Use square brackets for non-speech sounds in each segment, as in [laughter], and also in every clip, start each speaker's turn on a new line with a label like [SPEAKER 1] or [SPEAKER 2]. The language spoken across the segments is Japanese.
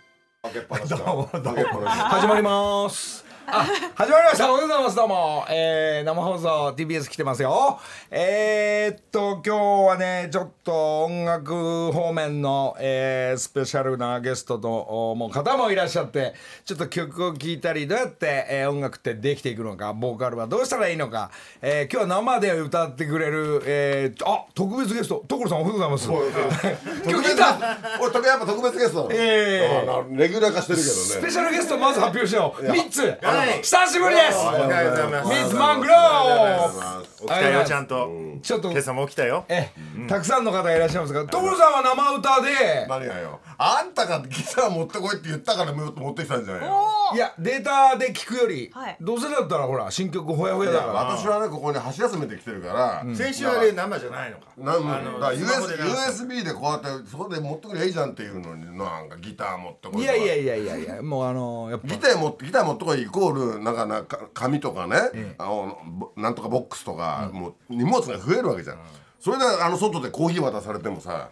[SPEAKER 1] どうもどうも
[SPEAKER 2] ですか。お願いします
[SPEAKER 1] 始まります。あ、始まりました。おはようございます。どうも、えー、生放送 TBS 来てますよ。えー、っと今日はね、ちょっと音楽方面の、えー、スペシャルなゲストのおもう方もいらっしゃって、ちょっと曲を聴いたりどうやって、えー、音楽ってできていくのか、ボーカルはどうしたらいいのか、えー、今日は生で歌ってくれる、えー、あ、特別ゲスト、所さんおはようございます。 [laughs] 今日聞いた。
[SPEAKER 2] 俺特やっぱ特別ゲストなの。
[SPEAKER 1] ええ
[SPEAKER 2] あなレギュラー化してる
[SPEAKER 1] ス
[SPEAKER 2] け
[SPEAKER 1] ペ
[SPEAKER 2] どね。
[SPEAKER 1] シャルゲストまず発表しよう。三つ、
[SPEAKER 3] はい
[SPEAKER 1] 久しぶりです。
[SPEAKER 3] おはようございます
[SPEAKER 1] ミッツマングロー
[SPEAKER 3] 起きたよちゃんと
[SPEAKER 1] ちょっと
[SPEAKER 3] 今朝も起きたよ
[SPEAKER 1] え、たくさんの方がいらっしゃいますが、所さんは生歌で、
[SPEAKER 2] 何がよ。あんたがギター持ってこいって言ったからもっと持ってきたんじゃないよ。
[SPEAKER 1] いやデータで聞くより、
[SPEAKER 4] はい
[SPEAKER 1] どうせだったらほら新曲ほやほや
[SPEAKER 2] い
[SPEAKER 1] だ
[SPEAKER 2] や
[SPEAKER 1] か
[SPEAKER 2] 私はねここに箸休めてきてるから。
[SPEAKER 3] 先週あれ生じゃないのか
[SPEAKER 2] なん
[SPEAKER 3] あ
[SPEAKER 2] だ
[SPEAKER 3] の
[SPEAKER 2] から
[SPEAKER 3] スマホでなんか
[SPEAKER 2] US USB でこうやってそこで持ってくりゃいいじゃんっていうのになんかギター持ってこ
[SPEAKER 1] ら。
[SPEAKER 2] い
[SPEAKER 1] い
[SPEAKER 2] とか
[SPEAKER 1] やいやいやいやいや、もうあのやっぱ
[SPEAKER 2] ギター持ってギター持ってこいイコールなんかなんか紙とかね、あのぼなんとかボックスとか、もう荷物が増えるわけじゃん、それであの外でコーヒー渡されてもさ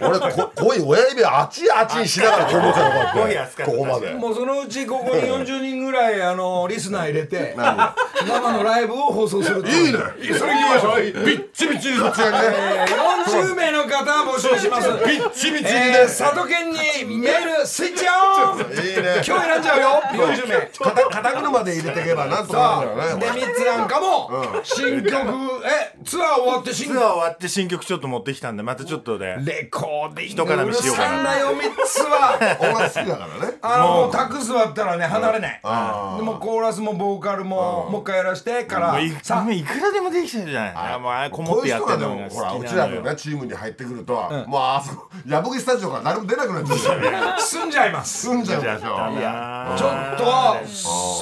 [SPEAKER 2] 俺ここういう親指あちあちしながらこう持ってたのこ
[SPEAKER 3] コー
[SPEAKER 2] う
[SPEAKER 3] ヒー
[SPEAKER 2] やっ
[SPEAKER 3] 熱
[SPEAKER 2] て
[SPEAKER 3] か
[SPEAKER 2] こ
[SPEAKER 3] った
[SPEAKER 2] こまで
[SPEAKER 1] もうそのうちここに40人ぐらいあのリスナー入れ
[SPEAKER 2] [laughs]
[SPEAKER 1] て、
[SPEAKER 2] 何が
[SPEAKER 1] 生のライブを放送するって
[SPEAKER 2] いい
[SPEAKER 1] い
[SPEAKER 2] ね
[SPEAKER 1] う。
[SPEAKER 2] それ行きましょうビッチビチそっちがね
[SPEAKER 1] えー40名の方募集し
[SPEAKER 2] [laughs]
[SPEAKER 3] [laughs]
[SPEAKER 1] ます。
[SPEAKER 2] ビッチビチにね、
[SPEAKER 1] えー、佐渡県にメールスイッチオン
[SPEAKER 2] いいね
[SPEAKER 1] 今日選んじゃうよ40名
[SPEAKER 2] 肩肩車で入れていけばなんとかなるから
[SPEAKER 1] さあ
[SPEAKER 2] ね
[SPEAKER 1] で
[SPEAKER 2] これ
[SPEAKER 1] 3つなんかも新曲えツアー終わって新
[SPEAKER 3] ツアー終わって新曲ちょっと持ってきたんでまたちょっとで
[SPEAKER 1] レコーディング
[SPEAKER 3] 人から見しようか
[SPEAKER 1] う
[SPEAKER 3] な
[SPEAKER 1] るさいんだよ3つ
[SPEAKER 2] [laughs]
[SPEAKER 1] は
[SPEAKER 2] 音楽好きだからね
[SPEAKER 1] あのもうタク座ったらね離れない
[SPEAKER 2] あー
[SPEAKER 1] でもコーラスもボーカルももう一回やらしてか
[SPEAKER 3] も
[SPEAKER 1] ら
[SPEAKER 3] うい
[SPEAKER 1] さ
[SPEAKER 3] もういくらでもできちゃうじゃないあもうあれこもってやってるの
[SPEAKER 2] こういう
[SPEAKER 3] が
[SPEAKER 2] 人がでもほら
[SPEAKER 3] 好
[SPEAKER 2] う
[SPEAKER 3] き
[SPEAKER 2] ち
[SPEAKER 3] な
[SPEAKER 2] ら
[SPEAKER 3] の
[SPEAKER 2] の
[SPEAKER 3] よ
[SPEAKER 2] ねチームに入ってくると、もうあそこ矢吹スタジオから誰も出なくなっちゃう
[SPEAKER 1] [laughs]
[SPEAKER 2] んだよね
[SPEAKER 1] 住んじゃいます
[SPEAKER 2] 住んじゃうでしょ
[SPEAKER 3] いや
[SPEAKER 1] ちょっと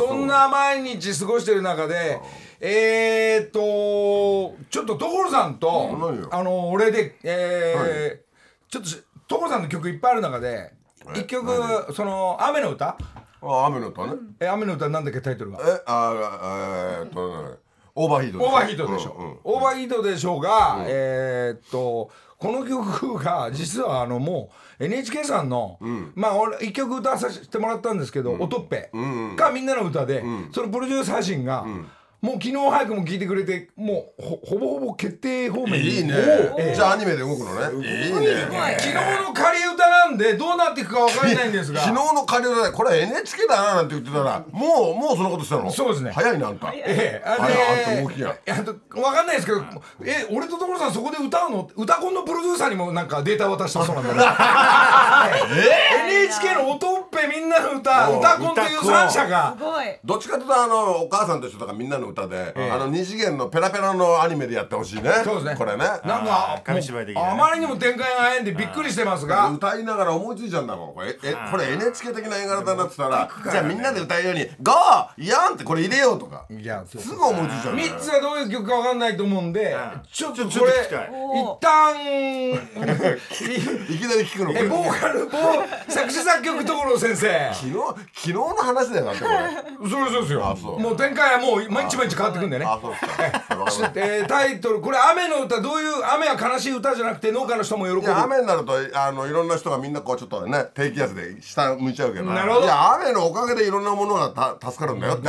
[SPEAKER 1] そんな毎日過ごしてる中でえーとちょっと所さん
[SPEAKER 2] 何よ
[SPEAKER 1] とあの俺でえーちょっとし所さんの曲いっぱいある中で一曲その「雨の歌
[SPEAKER 2] あ雨の歌ね」
[SPEAKER 1] え「雨の歌」なんだっけタイトルが
[SPEAKER 2] えあえーっとなんだっけオーバーヒート
[SPEAKER 1] オーバーヒートでし
[SPEAKER 2] うんうん
[SPEAKER 1] ょオーバーヒートでしょうがえーとこの曲が実はあのもう NHK さんのまあ俺一曲歌わさせてもらったんですけど「おとっぺ」か「みんなの歌で」そのプロデューサー陣がもう昨日早くも聴いてくれてもうほほぼほぼ決定方面に
[SPEAKER 2] いいね、
[SPEAKER 1] ええ
[SPEAKER 2] じゃあアニメで動くのねいいね
[SPEAKER 1] 昨日の仮歌なんでどうなっていくか分かんないんですが
[SPEAKER 2] [laughs] 昨日の仮歌でこれは NHK だななんて言ってたらもうもうそのことしたの
[SPEAKER 1] そうですね
[SPEAKER 2] 早いなあんた
[SPEAKER 1] ええ、あ
[SPEAKER 2] あれあ
[SPEAKER 1] れ
[SPEAKER 2] んた動きや
[SPEAKER 1] いやと分かんないですけど、え、俺と所さんそこで歌うの歌コンのプロデューサーにもなんかデータ渡したそうなんだね。え NHK の音っぺみんなの歌、
[SPEAKER 2] おう
[SPEAKER 1] 歌コンという3社が
[SPEAKER 4] す、ごい。
[SPEAKER 2] どっちかというとあのお母さんと一緒だからみんなの歌で、あの二次元のペラペラのアニメでやってほしいね
[SPEAKER 1] そうですね
[SPEAKER 2] これね
[SPEAKER 1] なんか
[SPEAKER 3] あー、紙芝居的
[SPEAKER 1] もう
[SPEAKER 3] なね
[SPEAKER 1] あまりにも展開が早いんでびっくりしてますが、
[SPEAKER 2] 歌いながら思いついちゃうんだもんこれえこれ NHK 的な絵柄だなって言ったら、じゃあみんなで歌うように「ゴーヤン!」ってこれ入れようとか
[SPEAKER 1] いや、
[SPEAKER 2] すぐ思いついちゃうね
[SPEAKER 1] 3つはどういう曲か分かんないと思うんで、ちょっと
[SPEAKER 3] ち
[SPEAKER 1] こ
[SPEAKER 3] ょっ
[SPEAKER 1] れ
[SPEAKER 3] と聞きたい、
[SPEAKER 1] 一旦、
[SPEAKER 2] いきなり聞くのこ
[SPEAKER 1] え、
[SPEAKER 2] れ
[SPEAKER 1] ボーカル、ボー作詞作曲所先生。
[SPEAKER 2] 昨日昨日の話だよだってこ
[SPEAKER 1] [laughs]
[SPEAKER 2] れ
[SPEAKER 1] そうそうですよ
[SPEAKER 2] あそう
[SPEAKER 1] もう展開はもう毎日毎日変わってくんだよね
[SPEAKER 2] あそうっすかわかりました
[SPEAKER 1] えータイトルこれ雨の歌どういう雨は悲しい歌じゃなくて農家の人も喜ぶ
[SPEAKER 2] いや雨になるとあのいろんな人がみんなこうちょっとね低気圧で下向いちゃうけど
[SPEAKER 1] なるほど
[SPEAKER 2] いや雨のおかげでいろんなものがた助かるんだよって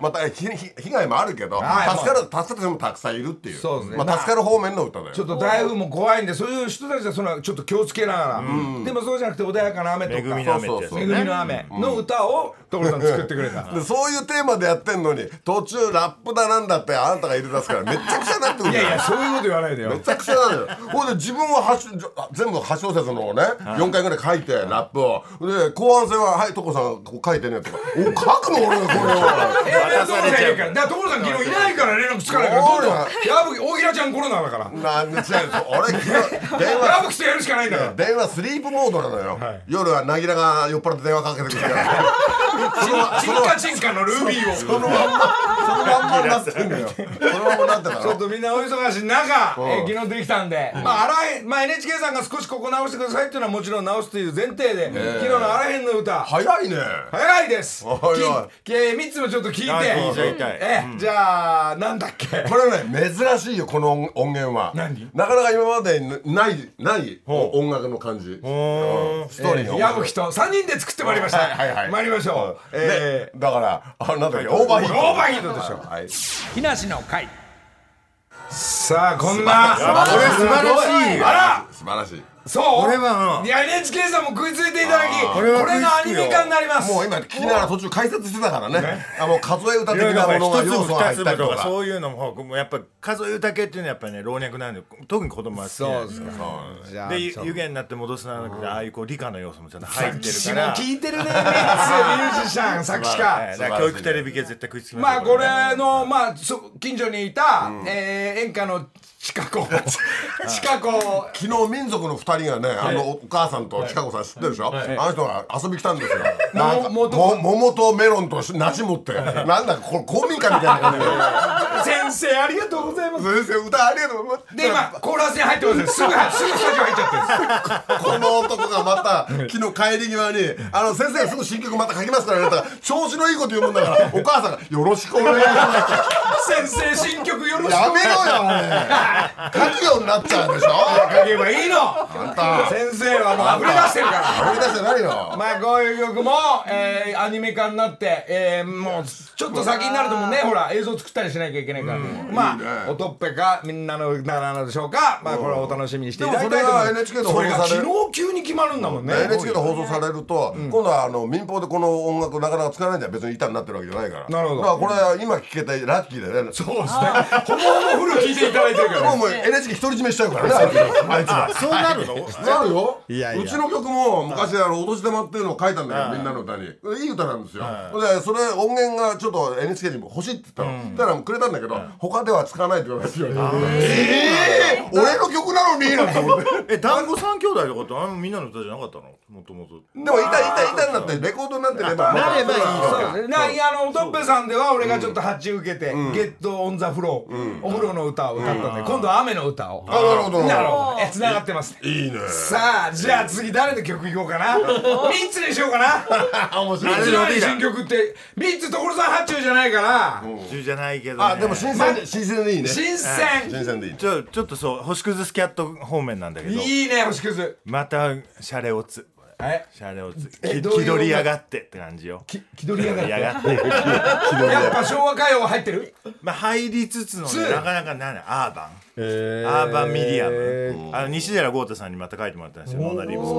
[SPEAKER 2] またえひひ被害もあるけど
[SPEAKER 1] はい
[SPEAKER 2] 助かる助かった人もたくさんいるっていう
[SPEAKER 1] そうですね
[SPEAKER 2] まあ、助かる方面の歌だよ
[SPEAKER 1] ちょっと台風も怖いんでそういう人たちはそのちょっと気をつけながら、でもそうじゃなくて穏やかな雨とか
[SPEAKER 3] 恵みの雨ってやつ
[SPEAKER 2] そうそうそ
[SPEAKER 1] 恵
[SPEAKER 2] う
[SPEAKER 3] ね
[SPEAKER 1] みの雨の歌を所さん作ってくれた
[SPEAKER 2] でそういうテーマでやってんのに途中ラップだなんだってあんたが入れ出すからめっちゃくちゃになってくる
[SPEAKER 1] い
[SPEAKER 2] じゃ
[SPEAKER 1] や
[SPEAKER 2] ん
[SPEAKER 1] いやそういうこと言わないで
[SPEAKER 2] め
[SPEAKER 1] よ
[SPEAKER 2] ちゃくちゃなの
[SPEAKER 1] [laughs]
[SPEAKER 2] よ。ほんで自分ははし全部8小節のをね、4回ぐらい書いてラップをで後半戦は「はい所さんこう書いてね」とか「お書くの俺がこれは」
[SPEAKER 1] [laughs] えー、所さんいないからだから所さん昨日いないから連絡つかないからどんどん
[SPEAKER 2] そ
[SPEAKER 1] 矢
[SPEAKER 2] うだ
[SPEAKER 1] 吹大平ちゃんコロナだから
[SPEAKER 2] なんで違う俺昨日電
[SPEAKER 1] 矢
[SPEAKER 2] 話
[SPEAKER 1] 吹とやるしかないんだから [laughs]
[SPEAKER 2] 電話スリープモードなのよ、夜はなぎらが酔っ払って電話かけてくるから
[SPEAKER 1] チンカチンカのルビーを。
[SPEAKER 2] そのまんまそのまんまになってんのよそのまんまになったか
[SPEAKER 1] ちょっ
[SPEAKER 2] ら
[SPEAKER 1] とみんなお忙しい中、
[SPEAKER 2] うん
[SPEAKER 1] えー昨日できたんで、まあ、あらへん、まあ、NHK さんが少しここ直してくださいっていうのはもちろん直すという前提で、昨日のあらへんの歌、
[SPEAKER 2] 早いね
[SPEAKER 1] 早いです。
[SPEAKER 2] おいおい
[SPEAKER 1] きえー、3つもちょっと聞いて、
[SPEAKER 3] はい聞いちゃいたい
[SPEAKER 1] えーじゃあ、なんだっけ。
[SPEAKER 2] これね珍しいよこの音音源は
[SPEAKER 1] 何
[SPEAKER 2] なかなか今までにないない音楽の感じ
[SPEAKER 3] ー
[SPEAKER 2] うんストーリーの音楽
[SPEAKER 1] 矢吹と3人で作ってまいりました。
[SPEAKER 2] はいはいはい
[SPEAKER 1] 参りましょう。
[SPEAKER 2] で
[SPEAKER 1] え
[SPEAKER 2] だからあなんだっけオーバーヒート
[SPEAKER 1] オーバーヒートでしょ
[SPEAKER 2] はい
[SPEAKER 1] ー、木梨の会。さあ、こんな。
[SPEAKER 3] これ素晴らしいよ
[SPEAKER 1] あら
[SPEAKER 2] 素晴らしい
[SPEAKER 1] そう
[SPEAKER 3] これはうん
[SPEAKER 1] いや NHK さんも食いついていただきこ
[SPEAKER 3] こ
[SPEAKER 1] れ
[SPEAKER 3] れは食いつく
[SPEAKER 1] がア
[SPEAKER 3] よ
[SPEAKER 1] ニメ化になります
[SPEAKER 2] もう今聞きながら途中解説してたからねあの数え歌
[SPEAKER 3] い
[SPEAKER 2] 的
[SPEAKER 3] ろいろ
[SPEAKER 2] なものが
[SPEAKER 3] 一
[SPEAKER 2] 要
[SPEAKER 3] 粒
[SPEAKER 2] 素が
[SPEAKER 3] 二
[SPEAKER 2] 入った
[SPEAKER 3] 粒
[SPEAKER 2] りと
[SPEAKER 3] とか
[SPEAKER 2] か
[SPEAKER 3] そういうのも僕もやっぱ数え歌系っていうのはやっぱりね老若男女特に子供は好き
[SPEAKER 1] そ
[SPEAKER 3] なん
[SPEAKER 1] うですかじゃあ
[SPEAKER 3] で
[SPEAKER 1] ちょっと
[SPEAKER 3] ゆ湯気になって戻すならなくてああいうこう理科の要素もちゃんと入ってる
[SPEAKER 1] 私
[SPEAKER 3] か
[SPEAKER 1] も
[SPEAKER 3] ら
[SPEAKER 1] 聞いてるねミッツミュージシャン作詞
[SPEAKER 3] はい
[SPEAKER 1] 家
[SPEAKER 3] だから教育テレビ系絶対食いつきま
[SPEAKER 1] ま
[SPEAKER 3] す
[SPEAKER 1] あ
[SPEAKER 3] よ
[SPEAKER 1] これのまあそ近所にいたえー演歌の近子 [laughs] 近子
[SPEAKER 2] 昨日民族の二人がねあのお母さんと千佳子さん知ってるでしょあの人が遊び来たんですよなんか
[SPEAKER 1] も
[SPEAKER 2] も
[SPEAKER 1] と
[SPEAKER 2] 桃とメロンと梨持ってなんだかこれ公民館みたいな感じ
[SPEAKER 1] 先生ありがとうございます
[SPEAKER 2] で先生歌ありがとうございます
[SPEAKER 1] で今コーラスに入ってますすぐ入すぐスタジオ入っちゃってるんです
[SPEAKER 2] この男がまた昨日帰り際に「あの先生すぐ新曲また書きますからね」だから調子のいいこと言うもんだからお母さんが「よろしくお願いします」
[SPEAKER 1] 先生新曲よろしく
[SPEAKER 2] やめろよおい書くようになっちゃうでしょ
[SPEAKER 1] 書けばいいの
[SPEAKER 2] あんた
[SPEAKER 1] 先生はもうあふれ出してるから
[SPEAKER 2] 思い出してないよ
[SPEAKER 1] まあこういう曲も、えーアニメ化になって、えーもうちょっと先になるともうねほら映像作ったりしなきゃいけないから、まあ
[SPEAKER 2] いいね
[SPEAKER 1] おとっぺかみんなの歌なのでしょうかまあこれはお楽しみにしていただきたいと思います
[SPEAKER 2] でもそれが NHK の放送さ
[SPEAKER 1] そ
[SPEAKER 2] れ
[SPEAKER 1] れ
[SPEAKER 2] る
[SPEAKER 1] が昨日急に決まるんだもんね
[SPEAKER 2] NHK で放送されると今度はあの民放でこの音楽なかなか使わないんだよ別に板になってるわけじゃないから
[SPEAKER 1] なるほど
[SPEAKER 2] だからこれ今聞けてラッキーだよね
[SPEAKER 1] そうですねほぼほぼフル聞いていただいてるから
[SPEAKER 2] もうもう NHK 独り占めしちゃうからねあいつらあいつら
[SPEAKER 3] そうなるの
[SPEAKER 2] なるよ
[SPEAKER 1] いやいや
[SPEAKER 2] うちの曲も昔あの「お年玉」っていうのを書いたんだけどみんなの歌にいい歌なんですよでそれ音源がちょっと NHK にも欲しいって言ったのだからくれたんだけど他では使わないって言われてよええ俺の曲なのになんて思って
[SPEAKER 3] [laughs] え団子三兄弟とかってあのみんなの歌じゃなかったのもともと
[SPEAKER 2] でも「いたいたいた」になってレコードになってれば
[SPEAKER 3] なればいい
[SPEAKER 1] そうですねなあのおとっぺさんでは俺がちょっと発注受けて「ゲット・オン・ザ・フロー」お風呂の歌を歌ったんで今度は雨の歌を
[SPEAKER 2] あなるほど
[SPEAKER 1] なるほどえ繋がってますね
[SPEAKER 2] いいね
[SPEAKER 1] さあじゃあ次誰の曲いこうかなミッツにしようかな
[SPEAKER 2] 面
[SPEAKER 1] ミッツの新曲ってミッツ所さん発注じゃないから
[SPEAKER 3] 中じゃないけどね
[SPEAKER 2] あでも新鮮で新鮮でいいね
[SPEAKER 1] 新鮮
[SPEAKER 2] 新鮮でいい
[SPEAKER 3] ちょちょっとそう星屑スキャット方面なんだけど
[SPEAKER 1] いいね星屑
[SPEAKER 3] またシャレオツ
[SPEAKER 1] え
[SPEAKER 3] シャレオツき
[SPEAKER 1] え
[SPEAKER 3] 気
[SPEAKER 1] どういう
[SPEAKER 3] 取りやがってって感じよ
[SPEAKER 1] き気取りやがっ
[SPEAKER 3] や
[SPEAKER 1] てや
[SPEAKER 3] がって
[SPEAKER 1] っぱ昭和歌謡入ってる
[SPEAKER 3] まあ入りつつの
[SPEAKER 1] つ
[SPEAKER 3] ねなかなかならアーバンアーバンミディアムあの西寺豪太さんにまた書いてもらったんですよノーダリブス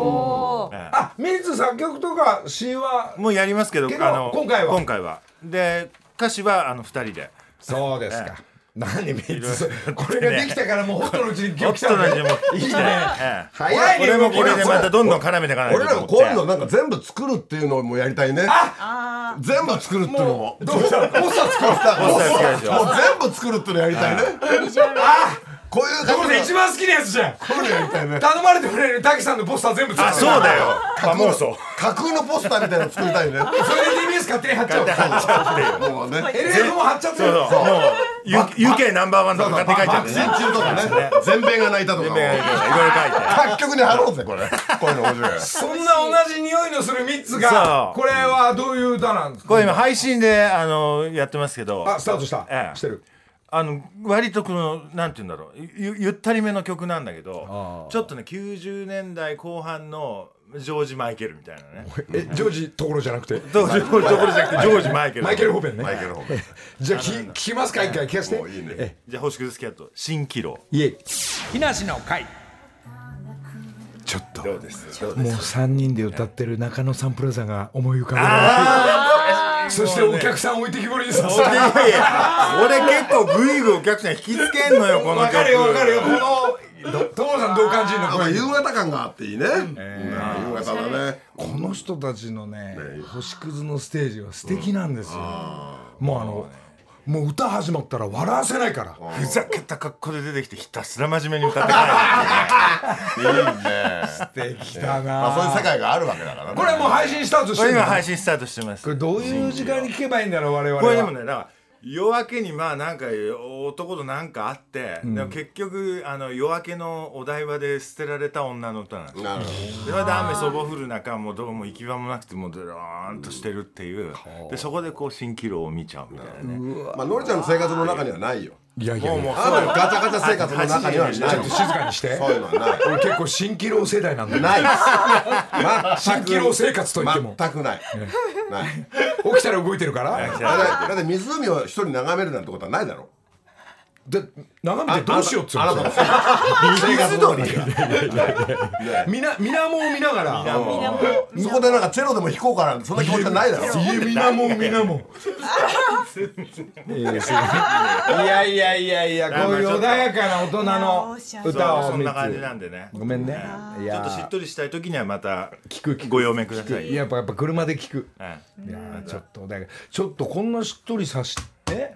[SPEAKER 3] ええ
[SPEAKER 1] あミッツ作曲とか詩は
[SPEAKER 3] もうやりますけど
[SPEAKER 1] けど
[SPEAKER 3] あの
[SPEAKER 1] 今回は
[SPEAKER 3] 今回はで歌詞はあの二人で
[SPEAKER 1] そうですか何ミッツこれができたからもうホットのうちに
[SPEAKER 3] ホ
[SPEAKER 1] 曲来
[SPEAKER 3] ッ
[SPEAKER 1] た
[SPEAKER 3] トな
[SPEAKER 1] ね
[SPEAKER 3] 字も来
[SPEAKER 1] いい
[SPEAKER 3] て
[SPEAKER 1] ね
[SPEAKER 3] ええ
[SPEAKER 1] 早いね
[SPEAKER 3] これもこれでまたどんどん絡めていかないと
[SPEAKER 2] 俺らもこういうのなんか全部作るっていうのもやりたいね全部作るっていうのも
[SPEAKER 1] どうしたの
[SPEAKER 2] ボスは作った
[SPEAKER 3] ボスは作るでしょ
[SPEAKER 2] もう全部作るっていうのやりたいね
[SPEAKER 1] あ
[SPEAKER 2] こういう
[SPEAKER 1] 所さ
[SPEAKER 2] 感
[SPEAKER 1] ん
[SPEAKER 2] じ
[SPEAKER 1] 一
[SPEAKER 2] の
[SPEAKER 1] 番好きなやつじゃん
[SPEAKER 2] こういうのやりたい [laughs] ね
[SPEAKER 1] 頼まれてくれる滝さんのポスター全部作
[SPEAKER 3] あ
[SPEAKER 1] って
[SPEAKER 3] そうだよあもうそう
[SPEAKER 2] 架空のポスターみたいなの作り [laughs] たいね
[SPEAKER 1] それで TBS 勝手に貼っちゃう
[SPEAKER 2] もうね
[SPEAKER 1] LF も貼っちゃって
[SPEAKER 3] そう
[SPEAKER 1] る
[SPEAKER 3] そうもうゆ UK ナンバーワンとか買って書いちゃっ
[SPEAKER 2] 爆
[SPEAKER 3] て
[SPEAKER 2] 心
[SPEAKER 3] ね
[SPEAKER 2] 中とかね全米が泣いたとかも
[SPEAKER 3] いろいろ書いて
[SPEAKER 2] 各局に貼ろうぜこれこういうの面白い
[SPEAKER 1] そんな同じ匂いのする3つが
[SPEAKER 3] そう
[SPEAKER 1] これはどういう歌なんですか
[SPEAKER 3] これ今配信であのやってますけど
[SPEAKER 1] あスタートした、
[SPEAKER 3] ええ
[SPEAKER 1] してる
[SPEAKER 3] あの割とこのなんて言うんだろうゆゆったりめの曲なんだけどちょっとね90年代後半のジョージ・マイケルみたいなね
[SPEAKER 1] えジョージところじゃなくて
[SPEAKER 3] どうジョージどころじゃなくてジョージ・マイケル
[SPEAKER 1] マイケル・ホペンね
[SPEAKER 2] マイケルホーム
[SPEAKER 1] じゃあき聞きますか一回聞かせて
[SPEAKER 2] もういいね
[SPEAKER 3] じゃあ星屑スキャット新キロ
[SPEAKER 1] いえ日梨の会ちょっと
[SPEAKER 3] どうです
[SPEAKER 1] もう3人で歌ってる中野サンプラザが思い浮かべられ [laughs] るそしてお客さん置いてきぼりにさせて
[SPEAKER 3] いやいや俺結構グイグイお客さん引きつけんのよこの
[SPEAKER 1] わ
[SPEAKER 3] 曲
[SPEAKER 1] かるよわかるよこのど所さんどう感じるの
[SPEAKER 2] あ
[SPEAKER 1] こ
[SPEAKER 2] まあ
[SPEAKER 1] れ
[SPEAKER 2] 夕方感があっていいねうん夕方だね
[SPEAKER 1] この人たちのね星屑のステージは素敵なんですよもうあのもう歌始まったら笑わせないから
[SPEAKER 3] ふざけた格好で出てきてひたすら真面目に歌ってく
[SPEAKER 2] いいね
[SPEAKER 1] できた
[SPEAKER 2] ま
[SPEAKER 1] な
[SPEAKER 2] あそういう世界があるわけだからね
[SPEAKER 1] これもう配信スタートして
[SPEAKER 3] れる
[SPEAKER 1] る
[SPEAKER 3] 今配信スタートしてます
[SPEAKER 1] これどういう時間に聞けばいいんだろう我々は
[SPEAKER 3] これでもねだから夜明けにまあなんか男となんかあって、でも結局あの夜明けのお台場で捨てられた女の歌なんですよ
[SPEAKER 2] なるほ
[SPEAKER 3] それで雨そぼ降る中もうどうも行き場もなくてもうドローンとしてるっていう、でそこでこう蜃気楼を見ちゃうみたいなね
[SPEAKER 2] どまあのりちゃんの生活の中にはないよ
[SPEAKER 1] いやいや
[SPEAKER 3] もう
[SPEAKER 1] い
[SPEAKER 3] も
[SPEAKER 1] や
[SPEAKER 3] う
[SPEAKER 2] あんまりガチャガチャ生活の中にはない
[SPEAKER 1] ちょっと静かにして
[SPEAKER 2] そういうのはない
[SPEAKER 1] 俺結構蜃気楼世代なんだよ
[SPEAKER 2] ない
[SPEAKER 1] 蜃気楼生活と言っても
[SPEAKER 2] 全くないない
[SPEAKER 1] 起きたら動いてるから
[SPEAKER 2] だ [laughs] ってだって湖を一人眺めるなんてことはないだろ
[SPEAKER 1] で眺めてどうしようっつう
[SPEAKER 2] あな
[SPEAKER 1] の
[SPEAKER 2] たの
[SPEAKER 1] [laughs]
[SPEAKER 2] 生活水鳥が
[SPEAKER 1] みな水面を見ながら
[SPEAKER 2] そこでなんかチェロでも弾こうかなんてそんな気持ちはないだろ
[SPEAKER 1] みなもんみ [laughs] なもん。いやいやいやいや、こういう穏やかな大人の歌
[SPEAKER 3] そう
[SPEAKER 1] を
[SPEAKER 3] そんな感じ
[SPEAKER 1] 見
[SPEAKER 3] なんでね
[SPEAKER 1] つ。ごめんね。い
[SPEAKER 3] ちょっとしっ
[SPEAKER 1] や、
[SPEAKER 3] とりしたい時にはまた
[SPEAKER 1] 聞く聞く。
[SPEAKER 3] ご用命ください
[SPEAKER 1] いややっぱやっぱ車で聞く。
[SPEAKER 3] はい
[SPEAKER 1] いやーちょっと穏やか。ちょっとこんなしっとりさして。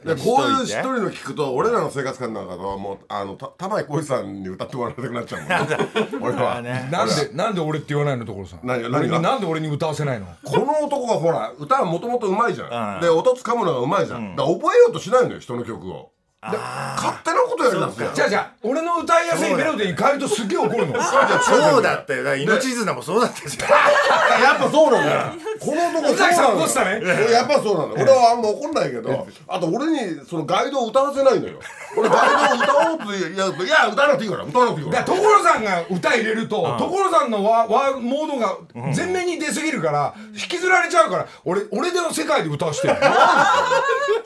[SPEAKER 2] でこういうしっとりの聞くと俺らの生活感の中ではもうあのた玉井浩二さんに歌ってもらいたくなっちゃうもん [laughs] ね俺は
[SPEAKER 3] ね
[SPEAKER 1] なんでなんで俺って言わないのところさん。
[SPEAKER 2] 何が
[SPEAKER 1] 俺に
[SPEAKER 2] 何が
[SPEAKER 1] なんで俺に歌わせないの。
[SPEAKER 2] この男がほら歌はもともとうまいじゃ
[SPEAKER 3] うんん
[SPEAKER 2] で音つかむのがうまいじゃんだから覚えようとしないのよ人の曲をで勝手なことやりだすよ
[SPEAKER 1] じゃあじゃあ俺の歌いやすいメロディーに変えるとすげえ怒るの。
[SPEAKER 3] そうだったよだから命綱もそうだった [laughs] じゃ
[SPEAKER 2] やっぱそうなんだよこの男
[SPEAKER 1] 宇崎さん
[SPEAKER 2] そうなんだよ
[SPEAKER 1] 起こしたね
[SPEAKER 2] 俺やっぱそうなんだよ俺はあんま怒んないけどあと俺にそのガイドを歌わせないのよ俺ガイドを歌おうってやるといや歌わなくていいから歌わなくていいか
[SPEAKER 1] だ
[SPEAKER 2] ら
[SPEAKER 1] から所さんが歌入れると、所さんのワワモードが前面に出すぎるから、引きずられちゃうから俺俺での世界で歌わしてよ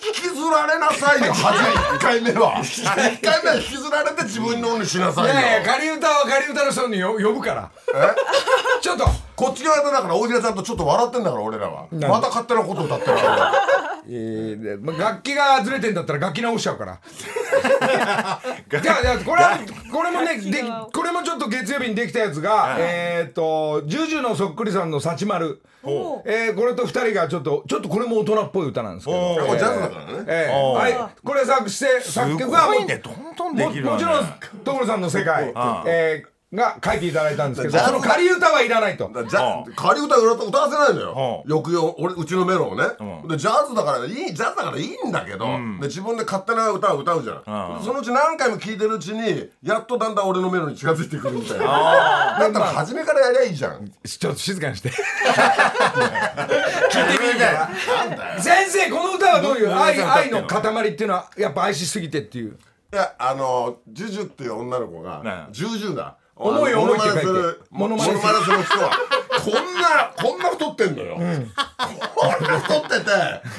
[SPEAKER 2] 引きずられなさいよ初め1回目 [laughs] は1回目は引きずられて自分のようにしなさ
[SPEAKER 1] い
[SPEAKER 2] いよ
[SPEAKER 1] やいや仮歌は仮歌の人によ呼ぶから [laughs] ちょっと
[SPEAKER 2] こっち側でだから大平ちゃんとちょっと笑ってんだから俺らは
[SPEAKER 1] んで
[SPEAKER 2] また勝手なこと歌ってるから
[SPEAKER 1] えーでま楽器がずれてんだったら楽器直しちゃうからじゃあじゃあこれはこれもねでこれもちょっと月曜日にできたやつが、えーっと「ジュジュのそっくりさんの幸丸」えーこれと2人がちょっとちょっとこれも大人っぽい歌なんですけど
[SPEAKER 3] おー
[SPEAKER 2] これジャズだからね
[SPEAKER 1] ええ
[SPEAKER 3] おー
[SPEAKER 1] はい、これ作詞して
[SPEAKER 3] ん
[SPEAKER 1] 作
[SPEAKER 3] す
[SPEAKER 1] 曲は
[SPEAKER 3] ごいねどんどんで
[SPEAKER 1] も
[SPEAKER 3] きるわ
[SPEAKER 1] も
[SPEAKER 3] ね
[SPEAKER 1] ちろん所さんの世界、えーが書いていただいたんですけど
[SPEAKER 2] だ
[SPEAKER 1] その仮歌はいらないと
[SPEAKER 2] だからジャズ仮歌歌歌わせないのよ
[SPEAKER 3] うん
[SPEAKER 2] 抑揚俺うちのメロをね
[SPEAKER 3] うん
[SPEAKER 2] でジャズだからいいジャズだからいいんだけどで自分で勝手な歌を歌うじゃ
[SPEAKER 3] うん
[SPEAKER 2] んそのうち何回も聴いてるうちにやっとだんだん俺のメロに近づいてくるみたいなだったら初めからやりゃいいじゃん
[SPEAKER 1] ちょっと静かにして
[SPEAKER 3] 聞いてみたいな
[SPEAKER 1] 先生この歌はどういう
[SPEAKER 3] どどう
[SPEAKER 1] 愛
[SPEAKER 3] いう歌歌っ
[SPEAKER 1] 愛
[SPEAKER 3] てんの
[SPEAKER 1] の塊っていうのはやっぱ愛しすぎてっていう
[SPEAKER 2] いやあのジュジュっていう女の子が
[SPEAKER 3] ね
[SPEAKER 2] ジュジュだ
[SPEAKER 1] 思いを思いって書いて
[SPEAKER 2] モノマ
[SPEAKER 1] モノマネする
[SPEAKER 2] ネするモノマネする人はこんなこんな太ってんのよ、こんな太ってて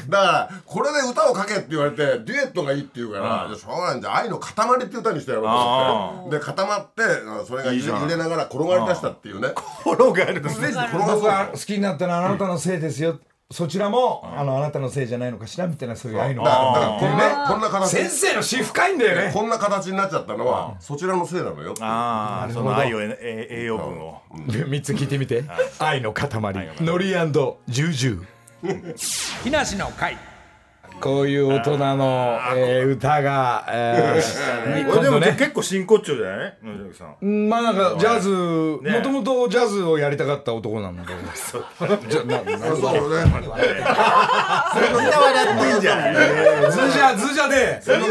[SPEAKER 2] だからこれで歌を書けって言われてデュエットがいいって言うから、じゃあしょうがないじゃあ愛の塊って歌にしてやろうと思ってで固まってあそれが
[SPEAKER 3] いいじゃん
[SPEAKER 2] 揺れながら転がり出したっていうね
[SPEAKER 3] 転がる
[SPEAKER 2] ステージで転がす
[SPEAKER 1] 僕が好きになったのはあなたのせいですよそちらも、あのあなたのせいじゃないのかしらみたいなそういう愛の
[SPEAKER 2] だからだから
[SPEAKER 1] こ
[SPEAKER 2] こ
[SPEAKER 1] れ
[SPEAKER 2] ん
[SPEAKER 1] ね
[SPEAKER 2] なこんな形
[SPEAKER 1] 先生の詩深いんだよね
[SPEAKER 2] こんな形になっちゃったのはそちらのせいなのよっていう
[SPEAKER 3] ああその愛をええ栄養分を
[SPEAKER 1] [laughs] 3つ聞いてみて愛の塊ノリジュージュー木梨の会こういう大人の、えー歌が、えー、 [laughs] 今
[SPEAKER 3] で
[SPEAKER 1] 度
[SPEAKER 3] も
[SPEAKER 1] ね
[SPEAKER 3] 結構真骨頂じゃない野崎さん
[SPEAKER 1] まあなんかジャズ
[SPEAKER 3] ね
[SPEAKER 1] もともとジャズをやりたかった男なんだけどじゃなな
[SPEAKER 2] そうね
[SPEAKER 3] みんな笑ってんじゃん
[SPEAKER 1] ズジャズジャで
[SPEAKER 2] クラ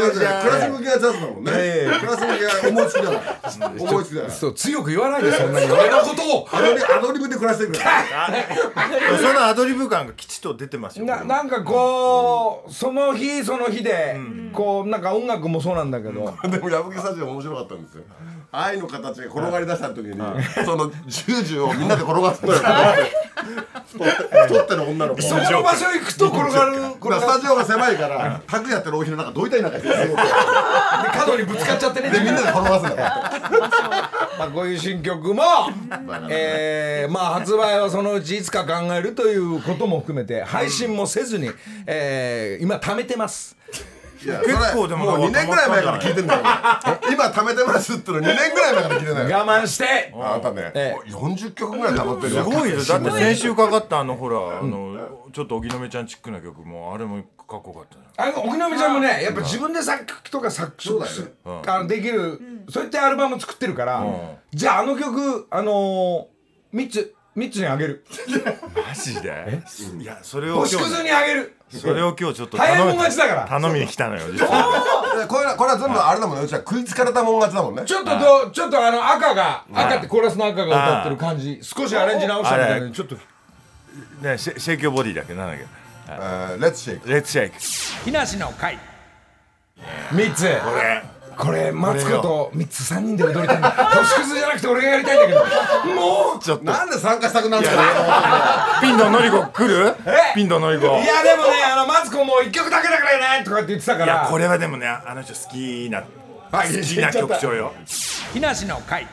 [SPEAKER 2] ス向きがジャズだもんね。
[SPEAKER 1] ええ
[SPEAKER 2] クラス向きが思いつきだから。思いつきだから。
[SPEAKER 1] そう強く言わないでそんなに俺のことを
[SPEAKER 2] アドリアドリブで暮らしてくから。
[SPEAKER 3] そのアドリブ感がきちっと出てますよ
[SPEAKER 1] ななんかこうその日その日で、こうなんか音楽もそうなんだけど、
[SPEAKER 2] [laughs] でも矢吹さんち面白かったんですよ。愛の形が転がり出した時に、そのジュージュをみんなで転がすのよ。太ってる女の子。
[SPEAKER 1] そこの場所行くと転がる
[SPEAKER 2] これスタジオが狭いから、タクやってるお昼なんかどいたいなんかしてる
[SPEAKER 1] で角にぶつかっちゃってね
[SPEAKER 2] で、みんなで転がすんだから。
[SPEAKER 1] まあこういう新曲も、えーまあ発売はそのうちいつか考えるということも含めて配信もせずに、えー今貯めてます
[SPEAKER 2] いや
[SPEAKER 3] 結構でも
[SPEAKER 2] それもう2年ぐらい前から聞いてんだよ。今貯めてますっての2年ぐらい前から聞いてないよ。
[SPEAKER 1] 我慢して
[SPEAKER 2] あなたね、
[SPEAKER 1] え
[SPEAKER 2] 40曲ぐらい溜まってる
[SPEAKER 3] す
[SPEAKER 2] よ
[SPEAKER 3] ごいよだって先週かかったあのほらあのちょっと荻野目ちゃんチックな曲もあれもかっこよかったな
[SPEAKER 1] あの奥波ちゃんもねやっぱ自分で作曲とか作詞
[SPEAKER 2] そうだよね
[SPEAKER 1] あのできる、そういったアルバム作ってるから、じゃああの曲あのー、3つ3つにあげる
[SPEAKER 3] マジでいやそれを
[SPEAKER 1] 星
[SPEAKER 3] 今日
[SPEAKER 1] 屑に
[SPEAKER 3] ね
[SPEAKER 1] あげる
[SPEAKER 3] [laughs] それを今日ちょっと
[SPEAKER 1] 早い
[SPEAKER 3] 頼
[SPEAKER 1] もん
[SPEAKER 3] み
[SPEAKER 1] 勝ちだから
[SPEAKER 3] 頼みに来たのよ実は
[SPEAKER 2] で [laughs] これはこれは全部あれだもんねうちは食いつかれたもん勝ちだもんね
[SPEAKER 1] ちょっとどちょっとあの赤が赤ってコーラスの赤が歌ってる感じ少しアレンジ直したみたい
[SPEAKER 3] あ
[SPEAKER 1] な
[SPEAKER 3] れ
[SPEAKER 1] ちょっと
[SPEAKER 3] ねシェシェイクボディだっけなんだっけ
[SPEAKER 2] えーレッツシェイク
[SPEAKER 3] レッツシェイク
[SPEAKER 1] 木梨の会3つ
[SPEAKER 3] これ
[SPEAKER 1] これマツコと3つ3人で踊りたいんだ星屑じゃなくて俺がやりたいんだけどもう
[SPEAKER 3] ちょっと
[SPEAKER 2] なんで参加したくなるんですかね
[SPEAKER 3] ピンドのりこ来るピンドのりこ
[SPEAKER 1] いやでもねあのマツコも1曲だけだからねとかって言ってたか
[SPEAKER 3] いや
[SPEAKER 1] ら
[SPEAKER 3] これはでもねあの人好きな
[SPEAKER 1] は
[SPEAKER 3] 好
[SPEAKER 1] い
[SPEAKER 3] きな曲調よ
[SPEAKER 1] 木梨の会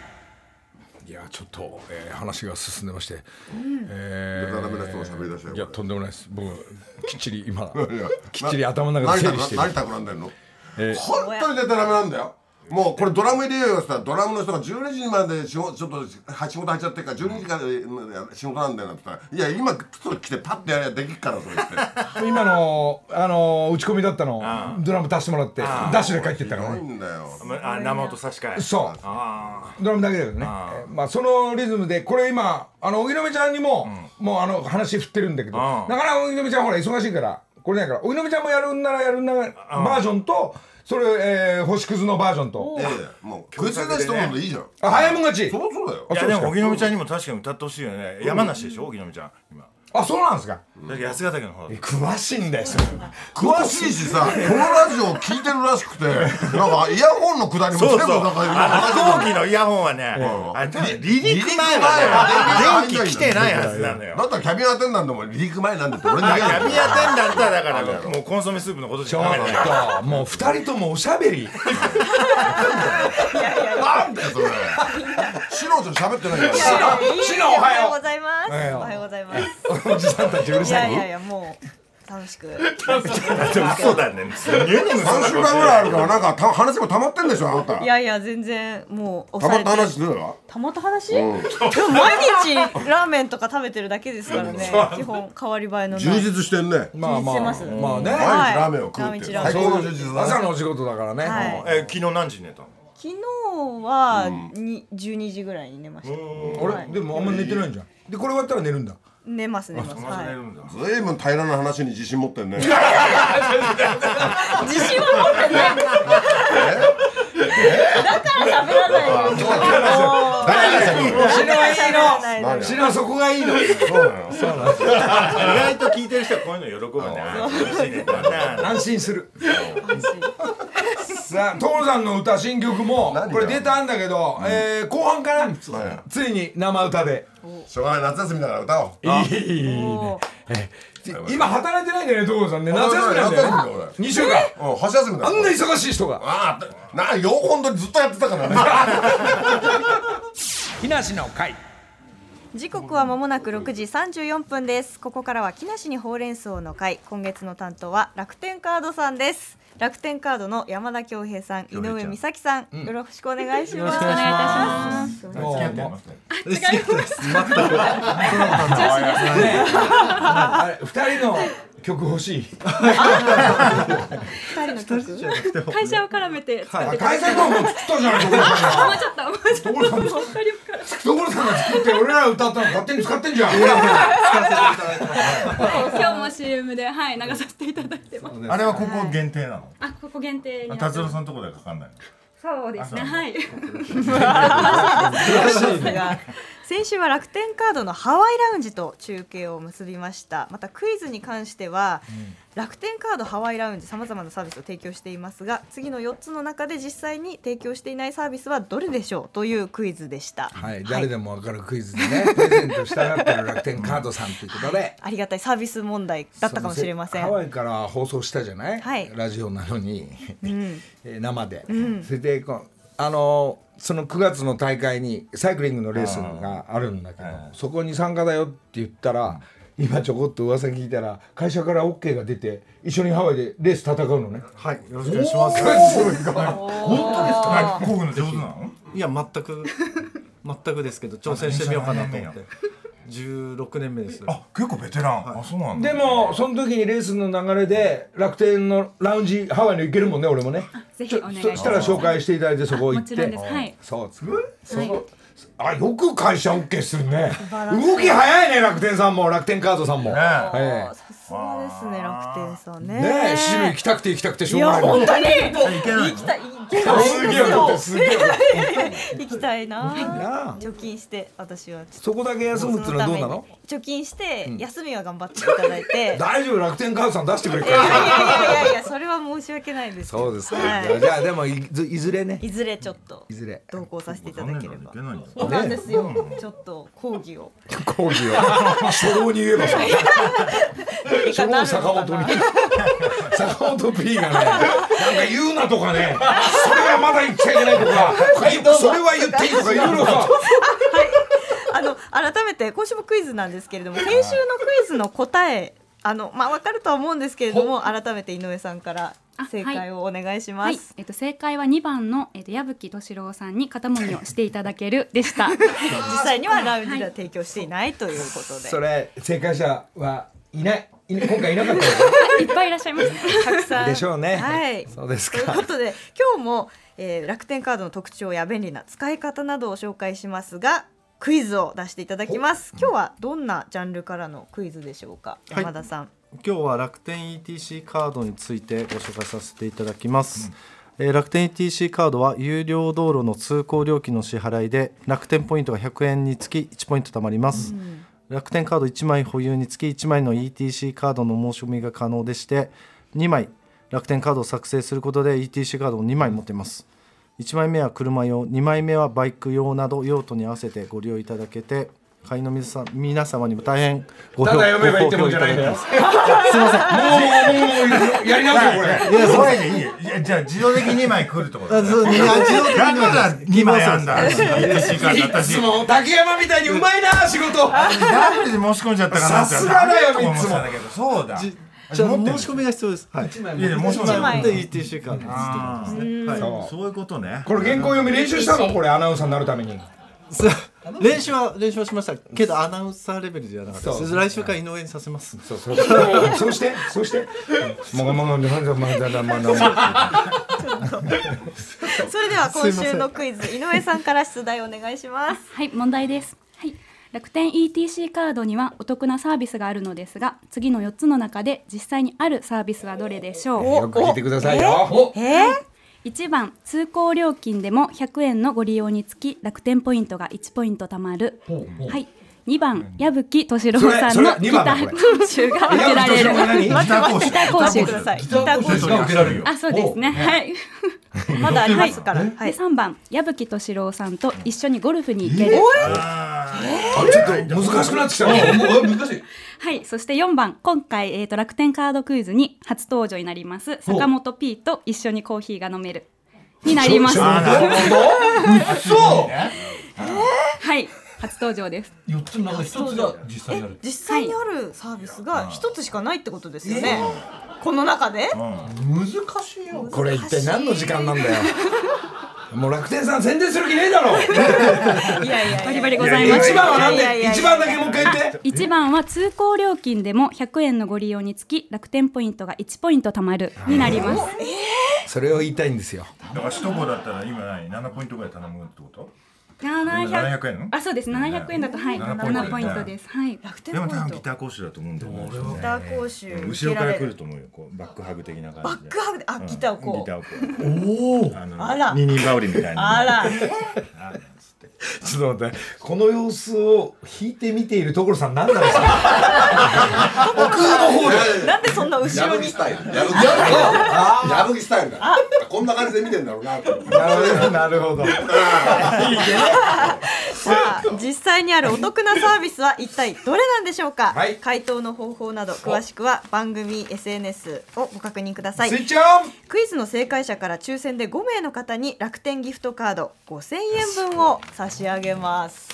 [SPEAKER 1] いやちょっと、えー話が進んでまして、えー
[SPEAKER 2] でたらめな人も喋り出したよ
[SPEAKER 1] いやとんでもないです僕きっちり今
[SPEAKER 2] いや
[SPEAKER 1] きっちり頭の中で整理してる
[SPEAKER 2] 何たくなんでんの、本当にデタラメなんだよもうこれドラム入れようよって言ったらドラムの人が12時まで仕事ちょっとは仕事入っちゃってるから12時から仕事なんだよなって言ったら「いや今それ来てパッとやりゃできっから」それって
[SPEAKER 1] 今の、あの打ち込みだったのドラム出してもらってダッシュで帰ってった
[SPEAKER 2] す
[SPEAKER 1] から
[SPEAKER 2] ごい
[SPEAKER 1] ね
[SPEAKER 2] んだよ
[SPEAKER 3] まあ生音差し替え
[SPEAKER 1] そ
[SPEAKER 3] あ
[SPEAKER 1] うドラムだけだけどねえーまあそのリズムでこれ今あの荻野目ちゃんにも、もうあの話振ってるんだけど
[SPEAKER 3] ああ
[SPEAKER 1] なかなか荻野目ちゃんほら忙しいからこれないから荻野目ちゃんもやるんならやるんならバージョンとそれ、えー星屑のバージョンと
[SPEAKER 2] ええもう食いついた人もいいじゃん
[SPEAKER 1] あ早いもん勝ち
[SPEAKER 2] そうそうだよ
[SPEAKER 3] い
[SPEAKER 1] あ
[SPEAKER 3] や
[SPEAKER 1] そう
[SPEAKER 3] で
[SPEAKER 1] ですか
[SPEAKER 3] も荻野目ちゃんにも確かに歌ってほしいよね山梨でしょ荻野目ちゃん今
[SPEAKER 1] あそうなんですか
[SPEAKER 3] だけど八ヶ岳の方だ
[SPEAKER 1] 詳しいんだよそれ
[SPEAKER 2] 詳しいしさこのラジオ聞いてるらしくてなんかイヤホンのくだりも全部なんか今
[SPEAKER 3] あ
[SPEAKER 2] 話
[SPEAKER 3] の飛行機のイヤホンはね、あれ離陸前は
[SPEAKER 2] 離陸前は
[SPEAKER 3] ね、電気来てないはずなのよ。
[SPEAKER 2] だったらキャビンアテンダントも離陸前なんでって俺に
[SPEAKER 3] キ
[SPEAKER 2] 言えよ
[SPEAKER 3] ャビンアテンダントはだから、もうコンソメスープのことし
[SPEAKER 1] ち
[SPEAKER 3] か
[SPEAKER 1] ょ
[SPEAKER 3] 考えてない。
[SPEAKER 1] っともう二人ともおしゃべり
[SPEAKER 2] なんだよそれ。シロちゃん喋ってないから。
[SPEAKER 1] シノシノおは
[SPEAKER 4] おはよう
[SPEAKER 1] よ
[SPEAKER 4] ございます。お
[SPEAKER 1] はよう
[SPEAKER 4] はようござ
[SPEAKER 1] [laughs]
[SPEAKER 4] います。
[SPEAKER 1] うおじさんたちうる
[SPEAKER 4] い
[SPEAKER 1] さ
[SPEAKER 4] や
[SPEAKER 1] い
[SPEAKER 4] いやいや、もう楽しく。
[SPEAKER 3] 嘘だね。入念に
[SPEAKER 2] 三週間ぐらいあるからなんかた話も溜まってんでしょあなた。
[SPEAKER 4] い
[SPEAKER 2] 溜
[SPEAKER 4] やいや、全然もう押
[SPEAKER 2] ま
[SPEAKER 4] さ
[SPEAKER 2] っ
[SPEAKER 4] れ
[SPEAKER 2] た
[SPEAKER 4] て
[SPEAKER 2] 話するわ。
[SPEAKER 4] たまった話、でも毎日ラーメンとか食べてるだけですからね。基本変わり映えのない。
[SPEAKER 2] 充実してんね。
[SPEAKER 1] まあまあ
[SPEAKER 4] 充実してます
[SPEAKER 1] まあね
[SPEAKER 2] 毎
[SPEAKER 4] はい
[SPEAKER 2] 日ラーメンを食うっていう
[SPEAKER 4] ラーメン
[SPEAKER 2] 最高の充実
[SPEAKER 1] 朝
[SPEAKER 2] だね。
[SPEAKER 1] のお仕事だからね、
[SPEAKER 4] はい
[SPEAKER 3] え、昨日何時に寝たの
[SPEAKER 4] 昨日はに12時ぐらいに寝ました。
[SPEAKER 1] 俺、
[SPEAKER 4] はい
[SPEAKER 1] でもあんま寝てないんじゃんでこれ終わったら寝るんだ
[SPEAKER 4] 寝ます寝ます。は
[SPEAKER 3] んだ。
[SPEAKER 2] ずいぶん平らな話に自信持ってんね。
[SPEAKER 4] い。自信は持ってない。だから喋らないよ。も
[SPEAKER 2] [laughs]
[SPEAKER 4] う
[SPEAKER 1] 死のはい
[SPEAKER 4] 喋らないい
[SPEAKER 1] の死のはそこがいいの
[SPEAKER 3] 意外と聞いてる人はこういうの喜ぶね。嬉しいね。な
[SPEAKER 1] 安心する
[SPEAKER 4] の。
[SPEAKER 1] さあ所さんの歌新曲も
[SPEAKER 2] 何が
[SPEAKER 1] これ出たんだけど、えー後半からついに生歌で
[SPEAKER 2] しょうがない夏休みだから歌おう。
[SPEAKER 1] いい
[SPEAKER 4] おー
[SPEAKER 1] 今働いてないんだよね所さんね夏休みなんだ
[SPEAKER 2] 夏休みだ
[SPEAKER 1] よね
[SPEAKER 2] 俺
[SPEAKER 1] 2週間
[SPEAKER 2] うん箸休みだ
[SPEAKER 1] あ
[SPEAKER 2] よ。
[SPEAKER 1] んな忙しい人が
[SPEAKER 2] ああなあ本本撮りずっとやってたからね。
[SPEAKER 1] 木梨の会
[SPEAKER 4] 時刻はまもなく6時34分ですここからは木梨にほうれん草の会今月の担当は楽天カードさんです楽天カードの山田恭平さん井上美咲さん、よろしくお願いしま
[SPEAKER 3] よろ
[SPEAKER 4] す
[SPEAKER 3] しくお願いい
[SPEAKER 4] 願いいたします
[SPEAKER 1] もうもう [laughs] あれ2人の曲欲しい
[SPEAKER 4] 二人の曲
[SPEAKER 5] 会社を絡めて作っ
[SPEAKER 1] あ
[SPEAKER 5] てた。
[SPEAKER 1] 解散のもう作ったじゃない所さんが
[SPEAKER 5] 思っちゃった。思っちゃった。もう分かりますから。
[SPEAKER 1] 所さんが作って俺ら歌ったの勝手に使ってんじゃん
[SPEAKER 5] 今日も CM ではい流させていただいてます。
[SPEAKER 3] あれはここ限定なの
[SPEAKER 5] あここ限定になってます。
[SPEAKER 3] 達郎さんのとこではかかんない
[SPEAKER 5] そうですねはい。
[SPEAKER 4] ですが先週は楽天カードのハワイラウンジと中継を結びましたまたクイズに関しては、楽天カードハワイラウンジさまざまなサービスを提供していますが次の4つの中で実際に提供していないサービスはどれでしょうというクイズでした、
[SPEAKER 1] はい、誰でもわかるクイズでね、 [laughs] プレゼントしたがってる楽天カードさんということで。
[SPEAKER 4] ありがたいサービス問題だったかもしれません
[SPEAKER 1] ハワイから放送したじゃない、
[SPEAKER 4] はい
[SPEAKER 1] ラジオなのに、 [laughs] えー生で、それでこうあのーその9月の大会にサイクリングのレースがあるんだけど、そこに参加だよって言ったら、今ちょこっと噂聞いたら会社から OK が出て一緒にハワイでレース戦うのね。
[SPEAKER 3] はいよろしくお願いします
[SPEAKER 4] 本当です
[SPEAKER 3] はい工具の上手なの
[SPEAKER 6] いや全く全くですけど挑戦してみようかなと思
[SPEAKER 3] 大変
[SPEAKER 6] って16年目です
[SPEAKER 3] あ結構ベテランあそうなんだ
[SPEAKER 1] でもその時にレースの流れで楽天のラウンジハワイに行けるもんね俺もね
[SPEAKER 5] ぜひお願いし
[SPEAKER 1] そ
[SPEAKER 5] ます
[SPEAKER 1] したら紹介していただいてそこ行
[SPEAKER 5] も
[SPEAKER 1] っ
[SPEAKER 5] ちろん
[SPEAKER 1] て
[SPEAKER 5] ですはい
[SPEAKER 1] そうですそうあよく会社 OK するね動き早いね楽天さんも楽天カードさんもね
[SPEAKER 3] ね
[SPEAKER 1] え
[SPEAKER 4] あさすがですね楽天さんね
[SPEAKER 1] え渋谷行きたくて行きたくてしょ
[SPEAKER 4] いう
[SPEAKER 1] が
[SPEAKER 4] や
[SPEAKER 1] ない
[SPEAKER 4] 本当に
[SPEAKER 3] いけない
[SPEAKER 4] 行きたい行きたい
[SPEAKER 1] すげえ怒ってすげえ怒って
[SPEAKER 4] 行きたいな
[SPEAKER 1] なあ
[SPEAKER 4] 貯金して私はちょっ
[SPEAKER 1] そこだけ休
[SPEAKER 4] と
[SPEAKER 1] むってのはどうなの
[SPEAKER 4] 貯金して休みは頑張っていただいて、
[SPEAKER 1] 大丈夫楽天カードさん出してくれるか
[SPEAKER 4] いや
[SPEAKER 1] ら
[SPEAKER 4] いやいやいやそれは申し訳ないですけど
[SPEAKER 1] そうですか
[SPEAKER 4] はい
[SPEAKER 1] じゃあでもいずいずれね
[SPEAKER 4] いずれちょっと
[SPEAKER 1] いずれ
[SPEAKER 4] 同行させていただけれ
[SPEAKER 3] 残
[SPEAKER 4] ば
[SPEAKER 3] 念だねいけないんだ
[SPEAKER 4] そうなんですよ、ちょっと講義を
[SPEAKER 1] 講義を初老に言えばさ
[SPEAKER 4] い
[SPEAKER 1] 初
[SPEAKER 4] か
[SPEAKER 1] 老
[SPEAKER 4] なるの
[SPEAKER 1] 坂
[SPEAKER 4] か
[SPEAKER 1] 本
[SPEAKER 4] な
[SPEAKER 1] に坂本 P がねなんか言うなとかねそれはまだ言っちゃいけないとかそれは言っていいとかいろいろさ
[SPEAKER 4] あの改めて今週もクイズなんですけれども先週のクイズの答えあのまあわかるとは思うんですけれども改めて井上さんから正解をお願いします、
[SPEAKER 5] はい、えっと正解は2番のえっと矢吹敏郎さんに肩もみをしていただけるでした。
[SPEAKER 4] 実際にはラウンジでは提供していないということで、
[SPEAKER 1] それ正解者はいないいな今回いなかったよ
[SPEAKER 5] いっぱいいらっしゃいますね。
[SPEAKER 4] たくさん
[SPEAKER 1] でしょうね
[SPEAKER 4] はい
[SPEAKER 1] そうです
[SPEAKER 4] という
[SPEAKER 1] か
[SPEAKER 4] ことで今日も、えー楽天カードの特徴や便利な使い方などを紹介しますがクイズを出していただきます今日はどんなジャンルからのクイズでしょうか、
[SPEAKER 6] はい
[SPEAKER 4] 山田さん
[SPEAKER 6] 今日は楽天 ETC カードについてご紹介させていただきます、えー楽天 ETC カードは有料道路の通行料金の支払いで楽天ポイントが100円につき1ポイント貯まります、楽天カード1枚保有につき1枚の ETC カードの申し込みが可能でして2枚楽天カードを作成することで ETC カードを2枚持てます1枚目は車用2枚目はバイク用など用途に合わせてご利用いただけて会員の皆さん皆様にも大変ご評
[SPEAKER 1] ただ読めばいいってもんじゃないんだよもうもうもうやり直すよこれ
[SPEAKER 3] いやそれでいいよいやじゃあ自動的に2枚来るってことだ [laughs] ね
[SPEAKER 6] そうにあ自動的に
[SPEAKER 3] だから2枚あんだ ETC カード
[SPEAKER 1] い
[SPEAKER 3] 私
[SPEAKER 1] つも竹山みたいにうまいな仕事
[SPEAKER 3] なんで申し込んじゃったかなって
[SPEAKER 1] さすがだよ
[SPEAKER 3] なんとか思ってたんだけどそうだ
[SPEAKER 6] じゃあ
[SPEAKER 3] 持ってる
[SPEAKER 6] 申し込みが必要です。はい。
[SPEAKER 3] いやいや申し込
[SPEAKER 4] 一枚
[SPEAKER 3] み
[SPEAKER 6] で ETC カードです。
[SPEAKER 3] あー
[SPEAKER 1] そう
[SPEAKER 3] そういうことね
[SPEAKER 1] これ原稿読み練習したのこれアナウンサーになるために
[SPEAKER 6] そう練習は練習はしましたけどアナウンサーレベルじゃなかったで
[SPEAKER 1] そ
[SPEAKER 6] す。来週から井上にさせます。
[SPEAKER 1] そうそうそうそうしてそうしてもがもがもがもがもがもが
[SPEAKER 4] それでは今週のクイズ井上さんから出題お願いします
[SPEAKER 5] はい、問題です。はい。楽天 ETC カードにはお得なサービスがあるのですが、次の4つの中で実際にあるサービスはどれでしょう
[SPEAKER 1] よく聞いてくださいよ
[SPEAKER 4] えー、
[SPEAKER 5] 1番通行料金でも100円のご利用につき楽天ポイントが1ポイント貯まる、はい、2番矢吹敏郎さんの
[SPEAKER 1] それそれ二
[SPEAKER 5] ギタ
[SPEAKER 1] 番だ
[SPEAKER 5] ー講習が受けられる
[SPEAKER 1] 何
[SPEAKER 4] [laughs] 待って待ってギ
[SPEAKER 3] ギタ
[SPEAKER 4] ター
[SPEAKER 3] ー
[SPEAKER 4] 講
[SPEAKER 3] 講
[SPEAKER 4] 習
[SPEAKER 3] 習
[SPEAKER 4] くださいギ
[SPEAKER 3] ギ
[SPEAKER 4] ター講
[SPEAKER 3] テ
[SPEAKER 4] 習
[SPEAKER 3] ストが受けられるよ
[SPEAKER 5] あそうですねはい、
[SPEAKER 4] まだありますからは
[SPEAKER 5] で
[SPEAKER 4] い。
[SPEAKER 5] 3番矢吹敏郎さんと一緒にゴルフに行け
[SPEAKER 1] ち
[SPEAKER 5] る、
[SPEAKER 1] ょっと難しくなってきたね
[SPEAKER 5] はい、そして4番今回、えー、と楽天カードクイズに初登場になります坂本 P と一緒にコーヒーが飲めるになりますは
[SPEAKER 1] なるほ
[SPEAKER 5] い初登場です
[SPEAKER 7] 四つの中の一つが実際にある。
[SPEAKER 4] 実際にあるサービスが一つしかないってことですよね、この中で、
[SPEAKER 7] 難しいよ
[SPEAKER 1] ど。これ一体何の時間なんだよもう楽天さん宣伝する気ねえだろ
[SPEAKER 4] いやいやい
[SPEAKER 5] バリ
[SPEAKER 4] や
[SPEAKER 5] バリございます
[SPEAKER 1] 一番はなん
[SPEAKER 4] いやいやいや
[SPEAKER 1] で一番だけもう一回言って
[SPEAKER 5] 1番は通行料金でも100円のご利用につき楽天ポイントが1ポイント貯まるになります
[SPEAKER 1] それを言いたいんですよ
[SPEAKER 3] だから一個だったら今何7ポイントぐらい頼むってこと700
[SPEAKER 5] 700
[SPEAKER 3] 円
[SPEAKER 5] あそうです700円だとはい
[SPEAKER 3] 7
[SPEAKER 5] 7ポイン
[SPEAKER 3] ポイ
[SPEAKER 5] ト
[SPEAKER 3] ント
[SPEAKER 5] ですはい
[SPEAKER 4] 楽天
[SPEAKER 3] で
[SPEAKER 4] ポ
[SPEAKER 3] も
[SPEAKER 4] イント
[SPEAKER 3] 多分ギター講習だと思うんだよね
[SPEAKER 4] ギター講習
[SPEAKER 3] 後ろから来ると思うよこうバックハグ的な
[SPEAKER 4] バ
[SPEAKER 3] 感じ
[SPEAKER 4] ッ
[SPEAKER 3] で
[SPEAKER 4] クハグであギターをこう
[SPEAKER 3] ギターをこうおおあの
[SPEAKER 4] あら
[SPEAKER 3] 二人羽織みたいな
[SPEAKER 4] あら
[SPEAKER 1] ちょっと待ってこの様子を引いて見ている所さんなんだろうさ奥の方で
[SPEAKER 4] なんでそんな後
[SPEAKER 2] 矢
[SPEAKER 4] ろ
[SPEAKER 2] 吹
[SPEAKER 4] に
[SPEAKER 2] スタイル矢吹スタイル矢吹スタイルだこんな感じで見てんだろうなと思って
[SPEAKER 1] なるほどなるほど
[SPEAKER 4] さあ実際にあるお得なサービスは一体どれなんでしょうか、
[SPEAKER 1] はい
[SPEAKER 4] 回答の方法など詳しくは番組 SNS をご確認ください
[SPEAKER 1] スイッチオン
[SPEAKER 4] クイズの正解者から抽選で5名の方に楽天ギフトカード5000円分を差し上げます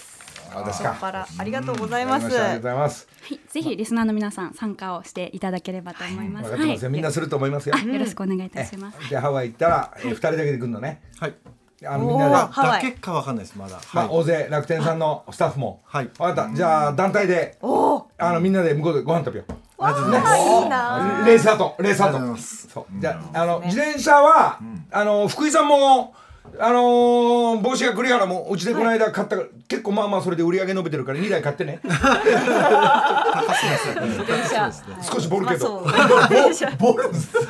[SPEAKER 1] そうです
[SPEAKER 4] パラありがとうござい
[SPEAKER 1] あ
[SPEAKER 4] ま
[SPEAKER 1] り
[SPEAKER 4] す
[SPEAKER 1] がとうございます
[SPEAKER 5] はいぜひリスナーの皆さん参加をしていただければと思いま
[SPEAKER 1] 分
[SPEAKER 5] す
[SPEAKER 1] かって
[SPEAKER 5] はい
[SPEAKER 1] ますよみんなすると思いますよ
[SPEAKER 5] あよろしくお願いいたします
[SPEAKER 1] じゃあハワイ行ったらえー二人だけで来るのね
[SPEAKER 6] はい。
[SPEAKER 1] あのみんなで
[SPEAKER 4] おー
[SPEAKER 1] ま
[SPEAKER 4] ハワ
[SPEAKER 3] だけ
[SPEAKER 4] イ
[SPEAKER 3] かわかんないですまだは
[SPEAKER 1] あ
[SPEAKER 3] い
[SPEAKER 1] 大勢楽天さんのスタッフも
[SPEAKER 3] はい
[SPEAKER 1] 分かったじゃあ団体で
[SPEAKER 4] おお
[SPEAKER 1] あのみんなで向こうでご飯食べよう
[SPEAKER 3] ありがとうございます
[SPEAKER 4] いいな
[SPEAKER 1] レーサーとレーサー
[SPEAKER 3] ありがとうござい
[SPEAKER 1] と
[SPEAKER 3] ます
[SPEAKER 1] そうじゃああの自転車はあの福井さんもあのー帽子が栗原もうちでこの間買ったから結構まあまあそれで売り上げ伸びてるから2台買ってね少しボルけど
[SPEAKER 4] まあそう